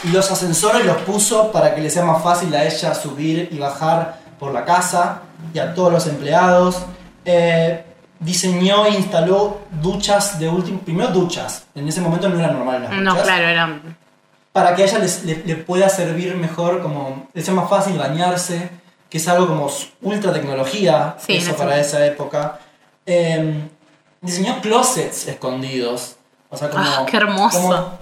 B: Y los ascensores los puso para que le sea más fácil a ella subir y bajar por la casa y a todos los empleados. Eh, diseñó e instaló duchas de último. Primero duchas, en ese momento no era normal las
C: No,
B: duchas,
C: claro, era.
B: Para que a ella les- le, le pueda servir mejor, como le sea más fácil bañarse, que es algo como s- ultra tecnología,
C: Sí, en
B: eso
C: ese
B: para esa época. Eh, diseñó closets Em, escondidos O sea, como.
C: Ah, qué hermoso.
B: como,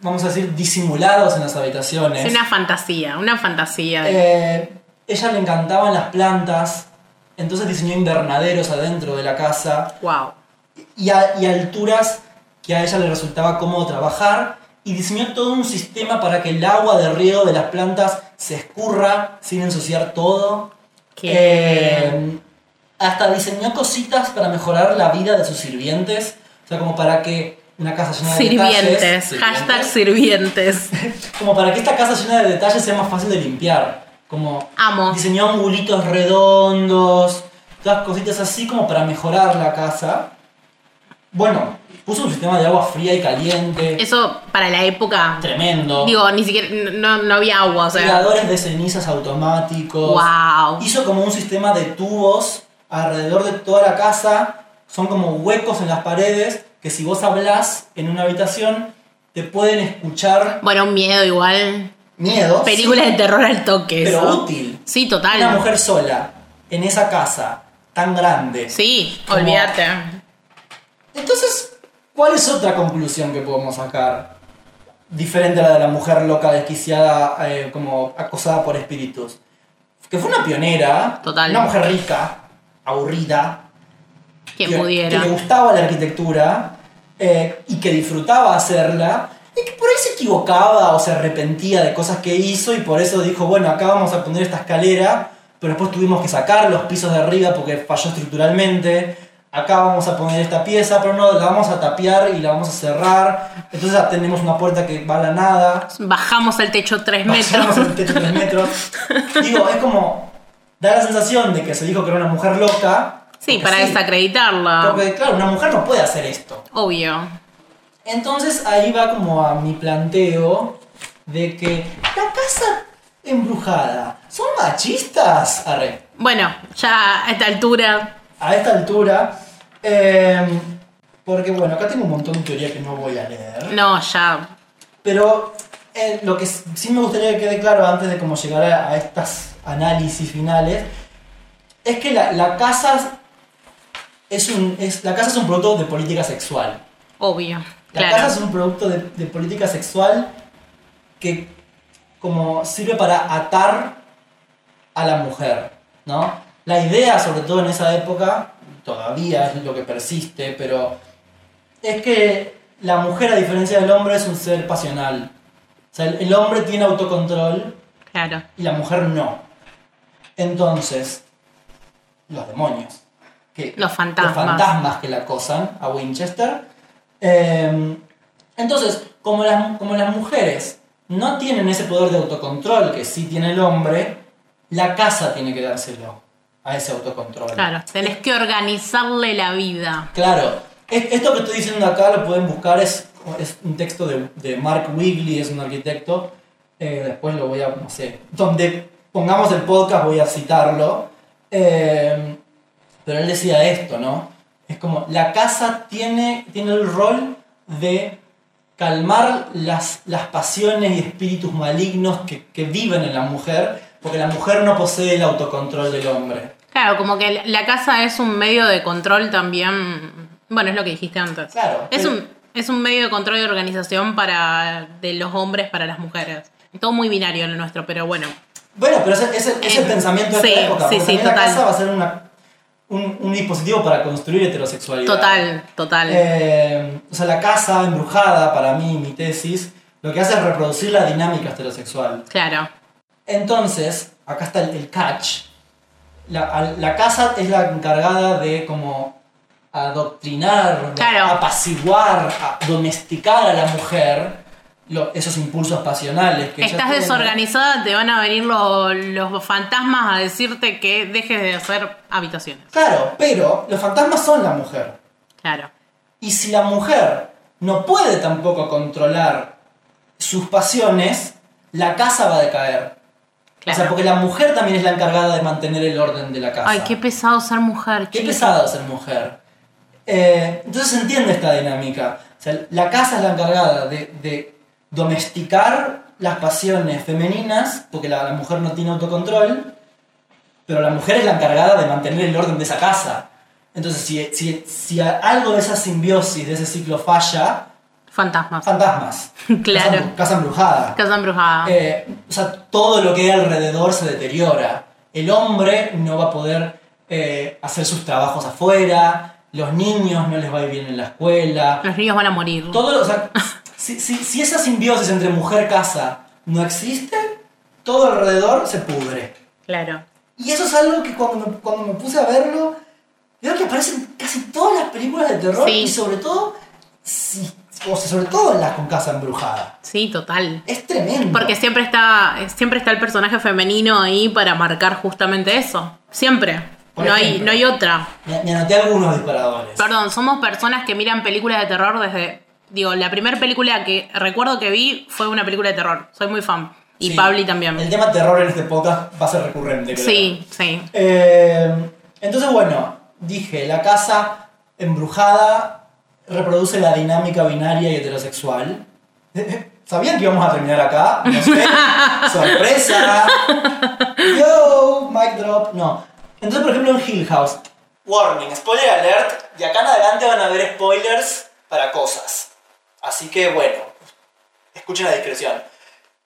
B: vamos a decir, disimulados en las habitaciones.
C: Es una fantasía, una fantasía.
B: Eh, ella le encantaban las plantas, entonces diseñó invernaderos adentro de la casa
C: wow.
B: y, a- y alturas que a ella le resultaba cómodo trabajar y diseñó todo un sistema para que el agua de riego de las plantas se escurra sin ensuciar todo.
C: Qué-
B: Eh, hasta diseñó cositas para mejorar la vida de sus sirvientes, o sea, como para que una casa llena de
C: sirvientes,
B: detalles-
C: hashtag sirvientes.
B: como para que esta casa llena de detalles sea más fácil de limpiar. Como
C: Amo.
B: diseñó angulitos redondos, todas cositas así como para mejorar la casa. Bueno, puso un sistema de agua fría y caliente,
C: Eso para la época,
B: tremendo.
C: digo, ni siquiera, no, no había agua, o sea,
B: Tiradores de cenizas automáticos.
C: wow.
B: Hizo como un sistema de tubos alrededor de toda la casa. Son como huecos en las paredes que si vos hablas en una habitación te pueden escuchar
C: Bueno, un miedo igual.
B: miedos.
C: Películas de terror al toque.
B: Pero
C: eso.
B: útil.
C: Sí, total.
B: Una mujer sola, en esa casa, tan grande.
C: Sí,
B: Como-
C: olvídate.
B: Entonces, ¿cuál es otra conclusión que podemos sacar? Diferente a la de la mujer loca, desquiciada, eh, como acosada por espíritus. Que fue una pionera,
C: Total.
B: una mujer rica, aburrida,
C: Quien
B: que,
C: pudiera.
B: que le gustaba la arquitectura eh, y que disfrutaba hacerla. Y que por ahí se equivocaba o se arrepentía de cosas que hizo y por eso dijo, bueno, acá vamos a poner esta escalera, pero después tuvimos que sacar los pisos de arriba porque falló estructuralmente. Acá vamos a poner esta pieza, pero no, la vamos a tapiar y la vamos a cerrar. Entonces ah, tenemos una puerta que va a la nada.
C: Bajamos al techo tres
B: Pasamos
C: metros.
B: el techo tres metros. Digo, es como, da la sensación de que se dijo que era una mujer loca.
C: Sí,
B: porque
C: para desacreditarla.
B: porque claro, una mujer no puede hacer esto.
C: Obvio.
B: Entonces ahí va como a mi planteo de que la casa embrujada, ¿son machistas? Arre,
C: Bueno, ya a esta altura.
B: a esta altura, em, porque bueno, acá tengo un montón de teorías que no voy a leer.
C: No, ya.
B: Pero eh, lo que s- sí me gustaría que quede claro antes de cómo llegar a, a estas análisis finales es que la, la casa es un es- la casa es un producto de política sexual.
C: Obvio.
B: La
C: Claro.
B: casa es un producto de, de política sexual que como sirve para atar a la mujer, ¿no? La idea, sobre todo en esa época, todavía es lo que persiste, pero es que la mujer, a diferencia del hombre, es un ser pasional. O sea, el- el hombre tiene autocontrol
C: Claro.
B: y la mujer no. Entonces, los demonios. Que,
C: Los fantasmas.
B: Los fantasmas que la acosan a Winchester. Eh, entonces, como las, como las mujeres no tienen ese poder de autocontrol que sí tiene el hombre, la casa tiene que dárselo a ese autocontrol.
C: Claro. Tenés que organizarle la vida.
B: Claro. Es- Esto que estoy diciendo acá lo pueden buscar, es, es un texto de, de Mark Wigley, es un arquitecto. Eh, después lo voy a, no sé, donde pongamos el podcast voy a citarlo. Eh, pero él decía esto, ¿no? Es como, la casa tiene, tiene el rol de calmar las, las pasiones y espíritus malignos que, que viven en la mujer, porque la mujer no posee el autocontrol del hombre.
C: Claro, como que la casa es un medio de control también. Bueno, es lo que dijiste antes.
B: Claro,
C: Es
B: pero-
C: un, es un medio de control y de organización para, de los hombres para las mujeres. Todo muy binario lo nuestro, pero bueno.
B: Bueno, pero ese, ese- ese es el
C: Eh,
B: pensamiento de
C: sí,
B: esta época.
C: sí,
B: porque
C: sí,
B: también
C: total.
B: La casa va a ser una- un, un dispositivo para construir heterosexualidad.
C: Total, total.
B: Eh, o sea, la casa embrujada, para mí, mi tesis, lo que hace es reproducir la dinámica heterosexual.
C: Claro.
B: Entonces, acá está el, el catch. La, al- la casa es la encargada de como adoctrinar, de
C: Claro.
B: apaciguar, a- domesticar a la mujer lo- esos impulsos pasionales que ella
C: Estás
B: tiene.
C: desorganizada, te van a venir los, los fantasmas a decirte que dejes de hacer habitaciones.
B: Claro, pero los fantasmas son la mujer.
C: Claro.
B: Y si la mujer no puede tampoco controlar sus pasiones, la casa va a decaer.
C: Claro.
B: O sea, porque la mujer también es la encargada de mantener el orden de la casa.
C: Ay, qué pesado ser mujer,
B: Qué
C: chico.
B: pesado ser mujer. Eh, entonces se entiende esta dinámica. O sea, la casa es la encargada de, de domesticar las pasiones femeninas, porque la, la mujer no tiene autocontrol, pero la mujer es la encargada de mantener el orden de esa casa. Entonces, si, si, si a- algo de esa simbiosis, de ese ciclo falla,
C: Fantasmas.
B: fantasmas.
C: Claro.
B: Casa, embru- casa embrujada.
C: Casa embrujada.
B: Ah. Eh, o sea, todo lo que hay alrededor se deteriora. El hombre no va a poder eh, hacer sus trabajos afuera, los niños no les va a ir bien en la escuela.
C: Los niños van a morir.
B: Todo, lo- o sea, si, si- si esa simbiosis entre mujer-casa no existe, todo alrededor se pudre.
C: Claro.
B: Y eso es algo que cuando me, cuando me puse a verlo, veo que aparecen casi todas las películas de terror
C: Sí.
B: y sobre todo, sí, o sea, sobre todo en las con casa embrujada.
C: Sí, total.
B: Es tremendo.
C: Porque siempre está, siempre está el personaje femenino ahí para marcar justamente eso. Siempre.
B: Por
C: No hay,
B: ejemplo.
C: no hay otra.
B: Me, me anoté algunos disparadores.
C: Perdón, somos personas que miran películas de terror desde. Digo, la primera película que recuerdo que vi fue una película de terror. Soy muy fan. Y
B: Sí.
C: Pabli también.
B: El tema terror en este podcast va a ser recurrente, creo.
C: Sí, sí.
B: Eh, entonces, bueno, dije, la casa embrujada reproduce la dinámica binaria y heterosexual. ¿Sabían que íbamos a terminar acá? No sé. ¡Sorpresa! ¡Yo! Mic drop. No. Entonces, por ejemplo, en Hill House. Warning, spoiler alert. De acá en adelante van a haber spoilers para cosas. Así que, bueno, escuchen la discreción.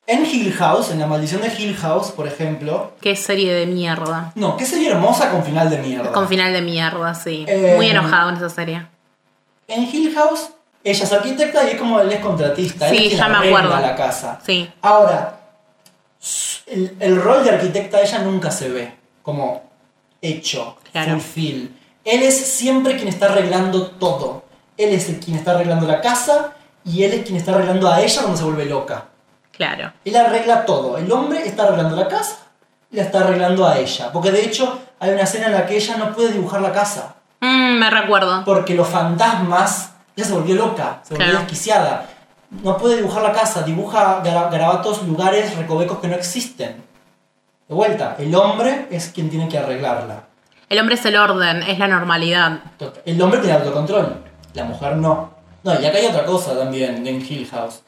B: En Hill House, en La Maldición de Hill House, por ejemplo,
C: Qué serie de mierda.
B: no, qué serie hermosa con final de mierda.
C: Con final de mierda, sí.
B: Ah. Eh,
C: Muy enojado en esa serie.
B: en Hill House, ella es arquitecta y es como él es contratista. él
C: Sí,
B: es quien
C: ya me
B: arregla
C: acuerdo.
B: la casa.
C: Sí.
B: Ahora, s- el, el rol de arquitecta ella nunca se ve como hecho,
C: Claro.
B: fulfill. Él es siempre quien está arreglando todo. Él es el quien está arreglando la casa y él es quien está arreglando a ella cuando se vuelve loca.
C: Claro.
B: Él arregla todo. El hombre está arreglando la casa y la está arreglando a ella. Porque de hecho hay una escena en la que ella no puede dibujar la casa.
C: Mm, me recuerdo.
B: Porque los fantasmas, ella se volvió loca, se volvió
C: Claro.
B: desquiciada. No puede dibujar la casa, dibuja gra- garabatos, lugares, recovecos que no existen. De vuelta, el hombre es quien tiene que arreglarla.
C: El hombre es el orden, es la normalidad.
B: Tot- El hombre tiene autocontrol, la mujer no. No, y acá hay otra cosa también en Hill House.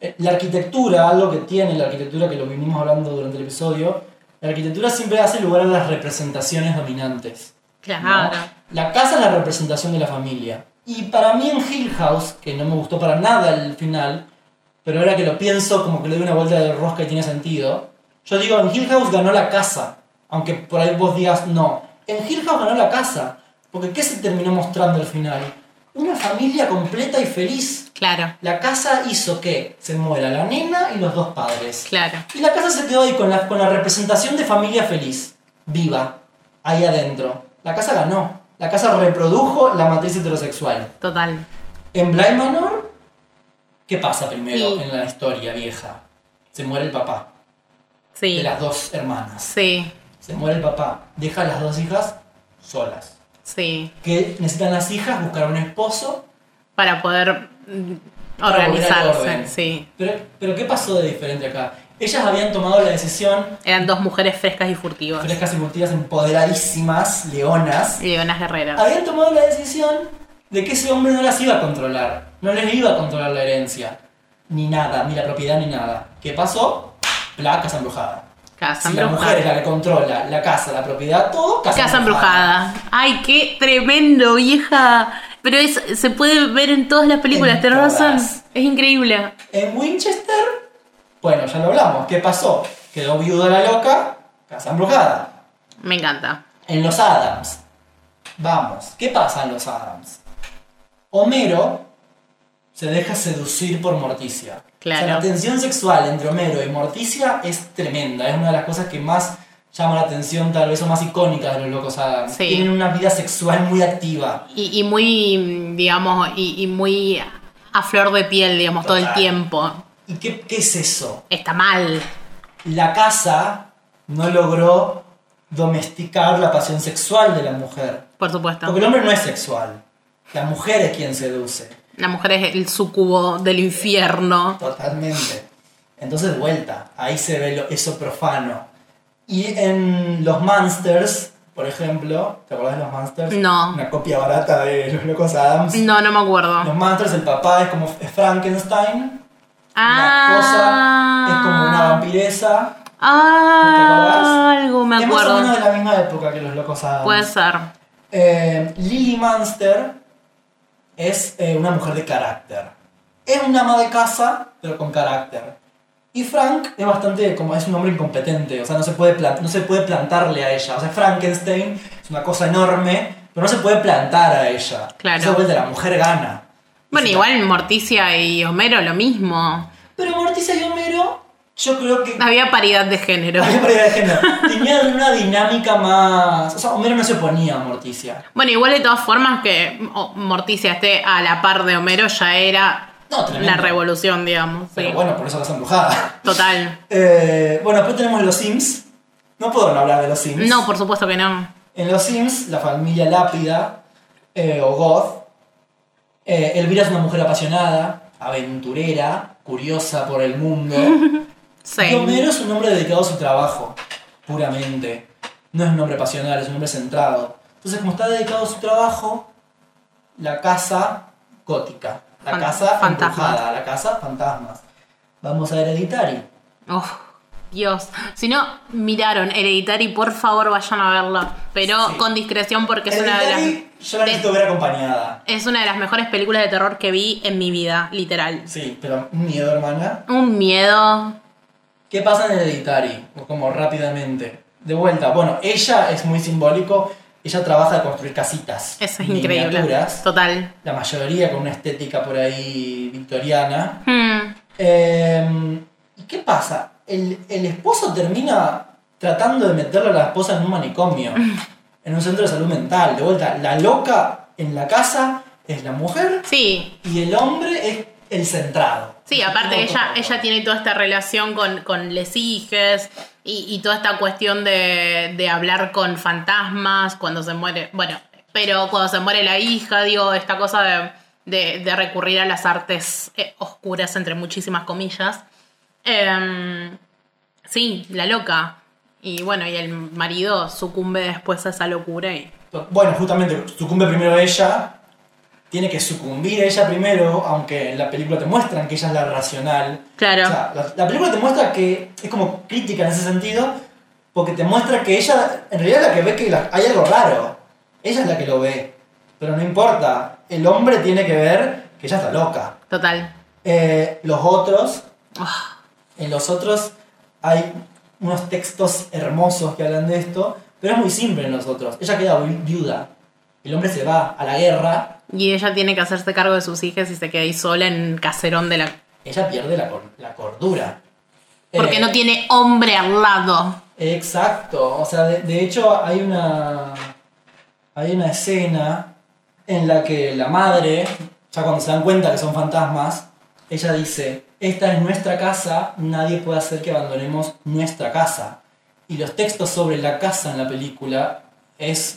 B: Eh, La arquitectura, algo que tiene la arquitectura que lo vinimos hablando durante el episodio, la arquitectura siempre hace lugar a las representaciones dominantes.
C: Claro.
B: ¿no? La casa es la representación de la familia. Y para mí en Hill House, que no me gustó para nada el final, pero ahora que lo pienso, como que le doy una vuelta de rosca y tiene sentido. Yo digo, en Hill House ganó la casa. Aunque por ahí vos digas no. En Hill House ganó la casa. Porque ¿qué se terminó mostrando al final? Una familia completa y feliz.
C: Claro.
B: La casa hizo que se muera la nena y los dos padres.
C: Claro.
B: Y la casa se quedó ahí con la, con la representación de familia feliz, viva, ahí adentro. La casa ganó. La casa reprodujo la matriz heterosexual.
C: Total.
B: En Bly Manor, ¿qué pasa primero
C: Sí.
B: en la historia vieja? Se muere el papá de
C: Sí.
B: las dos hermanas.
C: Sí.
B: Se muere el papá. Deja a las dos hijas solas.
C: Sí.
B: Que necesitan las hijas buscar un esposo.
C: Para poder mm,
B: para volver al orden.
C: organizarse. Sí.
B: Pero, pero ¿qué pasó de diferente acá? Ellas habían tomado la decisión,
C: Eran dos mujeres frescas y furtivas.
B: frescas y curtidas, empoderadísimas, leonas.
C: Y Leonas guerreras.
B: habían tomado la decisión de que ese hombre no las iba a controlar, no les iba a controlar la herencia, ni nada, ni la propiedad, ni nada. ¿Qué pasó? La casa embrujada.
C: Casa
B: Si la mujer es
C: embrujada.
B: la que controla la casa, la propiedad, todo, casa,
C: Casa embrujada. Ay, qué tremendo, vieja. Pero es, se puede ver en todas las películas,
B: En
C: tenés razón.
B: todas.
C: Es increíble.
B: En Winchester, bueno, ya lo hablamos, ¿qué pasó? Quedó viuda la loca, casa embrujada.
C: Me encanta.
B: En los Adams. Vamos, ¿qué pasa en los Adams? Homero se deja seducir por Morticia.
C: Claro.
B: O sea, la tensión sexual entre Homero y Morticia es tremenda. Es una de las cosas que más llama la atención, tal vez, o más icónica de los locos Adams.
C: Sí.
B: Tienen una vida sexual muy activa.
C: Y, y muy, digamos, y, y muy a flor de piel, digamos, todo el
B: Total.
C: tiempo.
B: ¿Y qué, qué es eso?
C: Está mal.
B: La casa no logró domesticar la pasión sexual de la mujer.
C: Por supuesto.
B: Porque el hombre no es sexual. La mujer es quien seduce.
C: La mujer es el sucubo del infierno.
B: Totalmente. Entonces, vuelta. Ahí se ve lo- eso profano. Y en los Monsters, por ejemplo, ¿te acordás de los Monsters?
C: No.
B: Una copia barata de los locos Adams.
C: No, no me acuerdo.
B: Los Monsters, el papá es como es Frankenstein. Una
C: ah,
B: cosa es como una vampireza.
C: Ah,
B: ¿No te acordás?
C: algo me
B: Es más o menos
C: acuerdo.
B: de la misma época que los locos Adams.
C: Puede ser.
B: eh, Lily Munster es eh, una mujer de carácter. Es una ama de casa, pero con carácter. Y Frank es bastante, como es un hombre incompetente, o sea, no se puede, plan- no se puede plantarle a ella. O sea, Frankenstein es una cosa enorme, pero no se puede plantar a ella.
C: Claro.
B: Se vuelve la mujer gana.
C: Bueno,
B: Sí.
C: igual Morticia y Homero lo mismo.
B: Pero Morticia y Homero, yo creo que
C: Había paridad de género.
B: Había paridad de género. Tenían una dinámica más. O sea, Homero no se oponía a Morticia.
C: Bueno, igual de todas formas que oh, Morticia esté a la par de Homero ya era
B: No, tremendo.
C: la revolución, digamos.
B: Pero
C: sí.
B: bueno, por eso las embrujada.
C: Total.
B: Eh, bueno, después tenemos los Sims. No puedo no hablar de los Sims.
C: No, por supuesto que no.
B: En los Sims, la familia Lápida eh, o Goth. eh, Elvira es una mujer apasionada, aventurera, curiosa por el mundo. Y
C: Sí.
B: Homero es un hombre dedicado a su trabajo, puramente. No es un hombre pasional, es un hombre centrado. Entonces, como está dedicado a su trabajo, la casa gótica, la
C: Fan-
B: casa
C: fantasmas.
B: embrujada, la casa fantasmas. Vamos a Hereditary.
C: Oh, Dios. Si no miraron Hereditary, por favor vayan a verla. Pero
B: Sí.
C: con discreción porque es una de las.
B: Hereditary, yo la
C: de-
B: necesito ver acompañada.
C: Es una de las mejores películas de terror que vi en mi vida, literal.
B: Sí, pero un miedo, hermana.
C: Un miedo.
B: ¿Qué pasa en Hereditary? O Como rápidamente. De vuelta, bueno, ella es muy simbólico. Ella trabaja de construir casitas.
C: Eso es increíble.
B: miniaturas,
C: Total.
B: La mayoría con una estética por ahí victoriana.
C: Hmm.
B: Eh, ¿Y qué pasa? El, el esposo termina tratando de meterle a la esposa en un manicomio, en un centro de salud mental. De vuelta, la loca en la casa es la mujer
C: Sí,
B: y el hombre es el centrado.
C: Sí, aparte
B: Todo,
C: ella,
B: todo, todo.
C: ella tiene toda esta relación con, con les hijes y, y toda esta cuestión de, de hablar con fantasmas cuando se muere, bueno, pero cuando se muere la hija, digo, esta cosa de, de- de recurrir a las artes eh, oscuras, entre muchísimas comillas. Em, sí, la loca. Y bueno, y el marido sucumbe después a esa locura y...
B: Bueno, justamente sucumbe primero ella. Tiene que sucumbir ella primero, aunque en la película te muestran que ella es la racional.
C: Claro.
B: O sea, la, la película te muestra que es como crítica en ese sentido, porque te muestra que ella, en realidad, es la que ve que la- hay algo raro. Ella es la que lo ve. Pero no importa. El hombre tiene que ver que ella está loca.
C: Total.
B: Eh, los otros.
C: Ah.
B: En los otros hay unos textos hermosos que hablan de esto, pero es muy simple en los otros. Ella queda vi- viuda. El hombre se va a la guerra.
C: Y ella tiene que hacerse cargo de sus hijas y se queda ahí sola en el caserón de la
B: Ella pierde la, cor- la cordura.
C: Porque
B: Eh,
C: no tiene hombre al lado.
B: Exacto, o sea, de, de hecho hay una hay una escena en la que la madre, ya cuando se dan cuenta que son fantasmas, ella dice, esta es nuestra casa, nadie puede hacer que abandonemos nuestra casa. Y los textos sobre la casa en la película es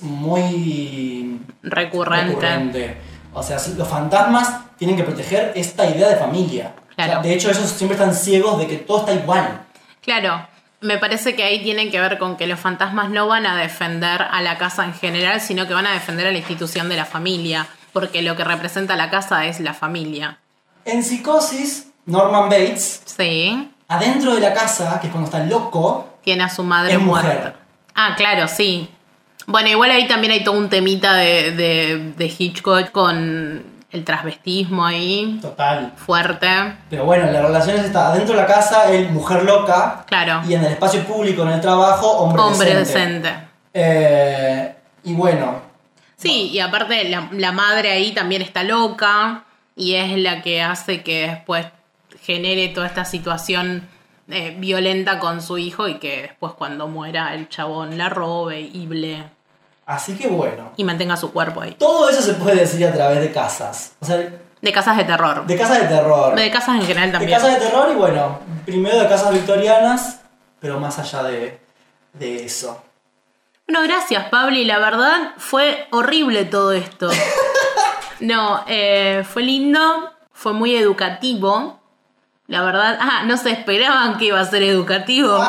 B: muy
C: Recurrente.
B: recurrente. O sea, los fantasmas tienen que proteger esta idea de familia. O sea,
C: Claro.
B: de hecho, ellos siempre están ciegos de que todo está igual.
C: Claro, me parece que ahí tienen que ver con que los fantasmas no van a defender a la casa en general, sino que van a defender a la institución de la familia. Porque lo que representa la casa es la familia.
B: En Psicosis, Norman Bates,
C: Sí.
B: adentro de la casa, que es cuando está loco,
C: Tiene a su madre
B: Es mujer.
C: muerta. Ah, claro, sí. Bueno, igual ahí también hay todo un temita de, de- de Hitchcock con el transvestismo ahí.
B: total.
C: Fuerte.
B: Pero bueno, la relación es esta, adentro de la casa, él, mujer loca,
C: Claro.
B: y en el espacio público, en el trabajo, hombre,
C: Hombre
B: decente.
C: decente.
B: Eh, y bueno,
C: Sí, y aparte la, la madre ahí también está loca y es la que hace que después genere toda esta situación eh, violenta con su hijo y que después cuando muera el chabón la robe y ble
B: así que bueno.
C: y mantenga su cuerpo ahí.
B: Todo eso se puede decir a través de casas. O sea, de
C: De casas de terror. De,
B: casas de terror.
C: casas en general
B: De
C: también.
B: casas de terror y bueno, primero de casas victorianas, pero más allá de, de eso.
C: Bueno, gracias, Pablo. Y la verdad fue horrible todo esto. No, eh, fue lindo, fue muy educativo. La verdad, ah, no se esperaban que iba a ser educativo.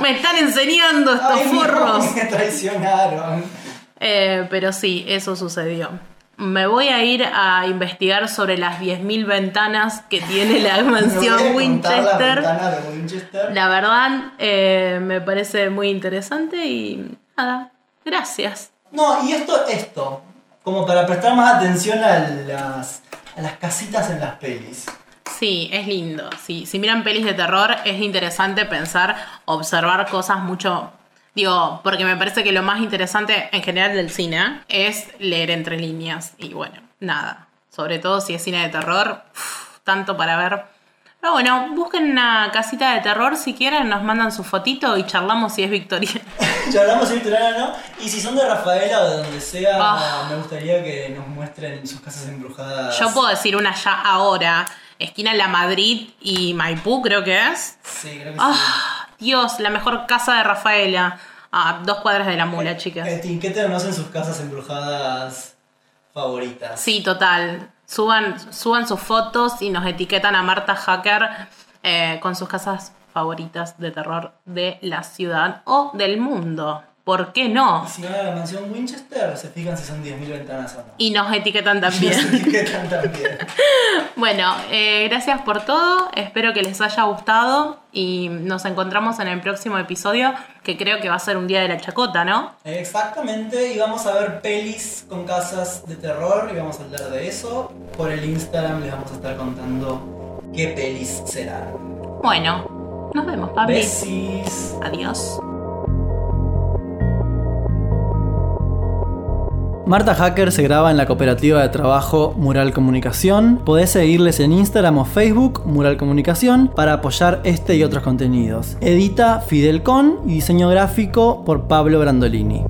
C: Me están enseñando estos
B: Ay, no,
C: forros.
B: Me traicionaron.
C: Eh, pero sí, eso sucedió. Me voy a ir a investigar sobre las 10.000 ventanas que tiene la
B: Me
C: mansión
B: voy a contar la
C: Winchester.
B: ventana de Winchester.
C: La verdad, eh, me parece muy interesante y nada, gracias.
B: No, y esto, esto, como para prestar más atención a las, a las casitas en las pelis.
C: Sí, es lindo. Sí, si miran pelis de terror, es interesante pensar, observar cosas mucho. Digo, porque me parece que lo más interesante en general del cine es leer entre líneas. Y bueno, nada. Sobre todo si es cine de terror, uf, tanto para ver. Pero bueno, busquen una casita de terror si quieren, nos mandan su fotito y charlamos si es Victoria.
B: Ya hablamos de Victoriano, ¿no? Y si son de Rafaela o de donde sea,
C: Ah.
B: me gustaría que nos muestren sus casas embrujadas.
C: Yo puedo decir una ya ahora. Esquina La Madrid y Maipú, creo que es.
B: Sí, creo que
C: Ah, Dios, la mejor casa de Rafaela. A dos cuadras de la mula,
B: sí.
C: chicas.
B: Etiquétenos en sus casas embrujadas favoritas.
C: Sí, total. Suban, suban sus fotos y nos etiquetan a Marta Hacker eh, con sus casas favoritas de terror de la ciudad o del mundo. ¿Por qué no?
B: Y Si van a la mansión Winchester, se fijan si son 10.000 ventanas o no.
C: Y nos etiquetan también.
B: Se etiquetan también.
C: Bueno, eh, gracias por todo. Espero que les haya gustado y nos encontramos en el próximo episodio, que creo que va a ser un día de la chacota, ¿no?
B: Exactamente, y vamos a ver pelis con casas de terror y vamos a hablar de eso. Por el Instagram les vamos a estar contando qué pelis serán.
C: Bueno, nos vemos, Pablo.
B: Besis.
C: Adiós.
B: Marta Hacker se graba en la cooperativa de trabajo Mural Comunicación. Podés seguirles en Instagram o Facebook, Mural Comunicación, para apoyar este y otros contenidos. Edita Fidel Con y diseño gráfico por Pablo Brandolini.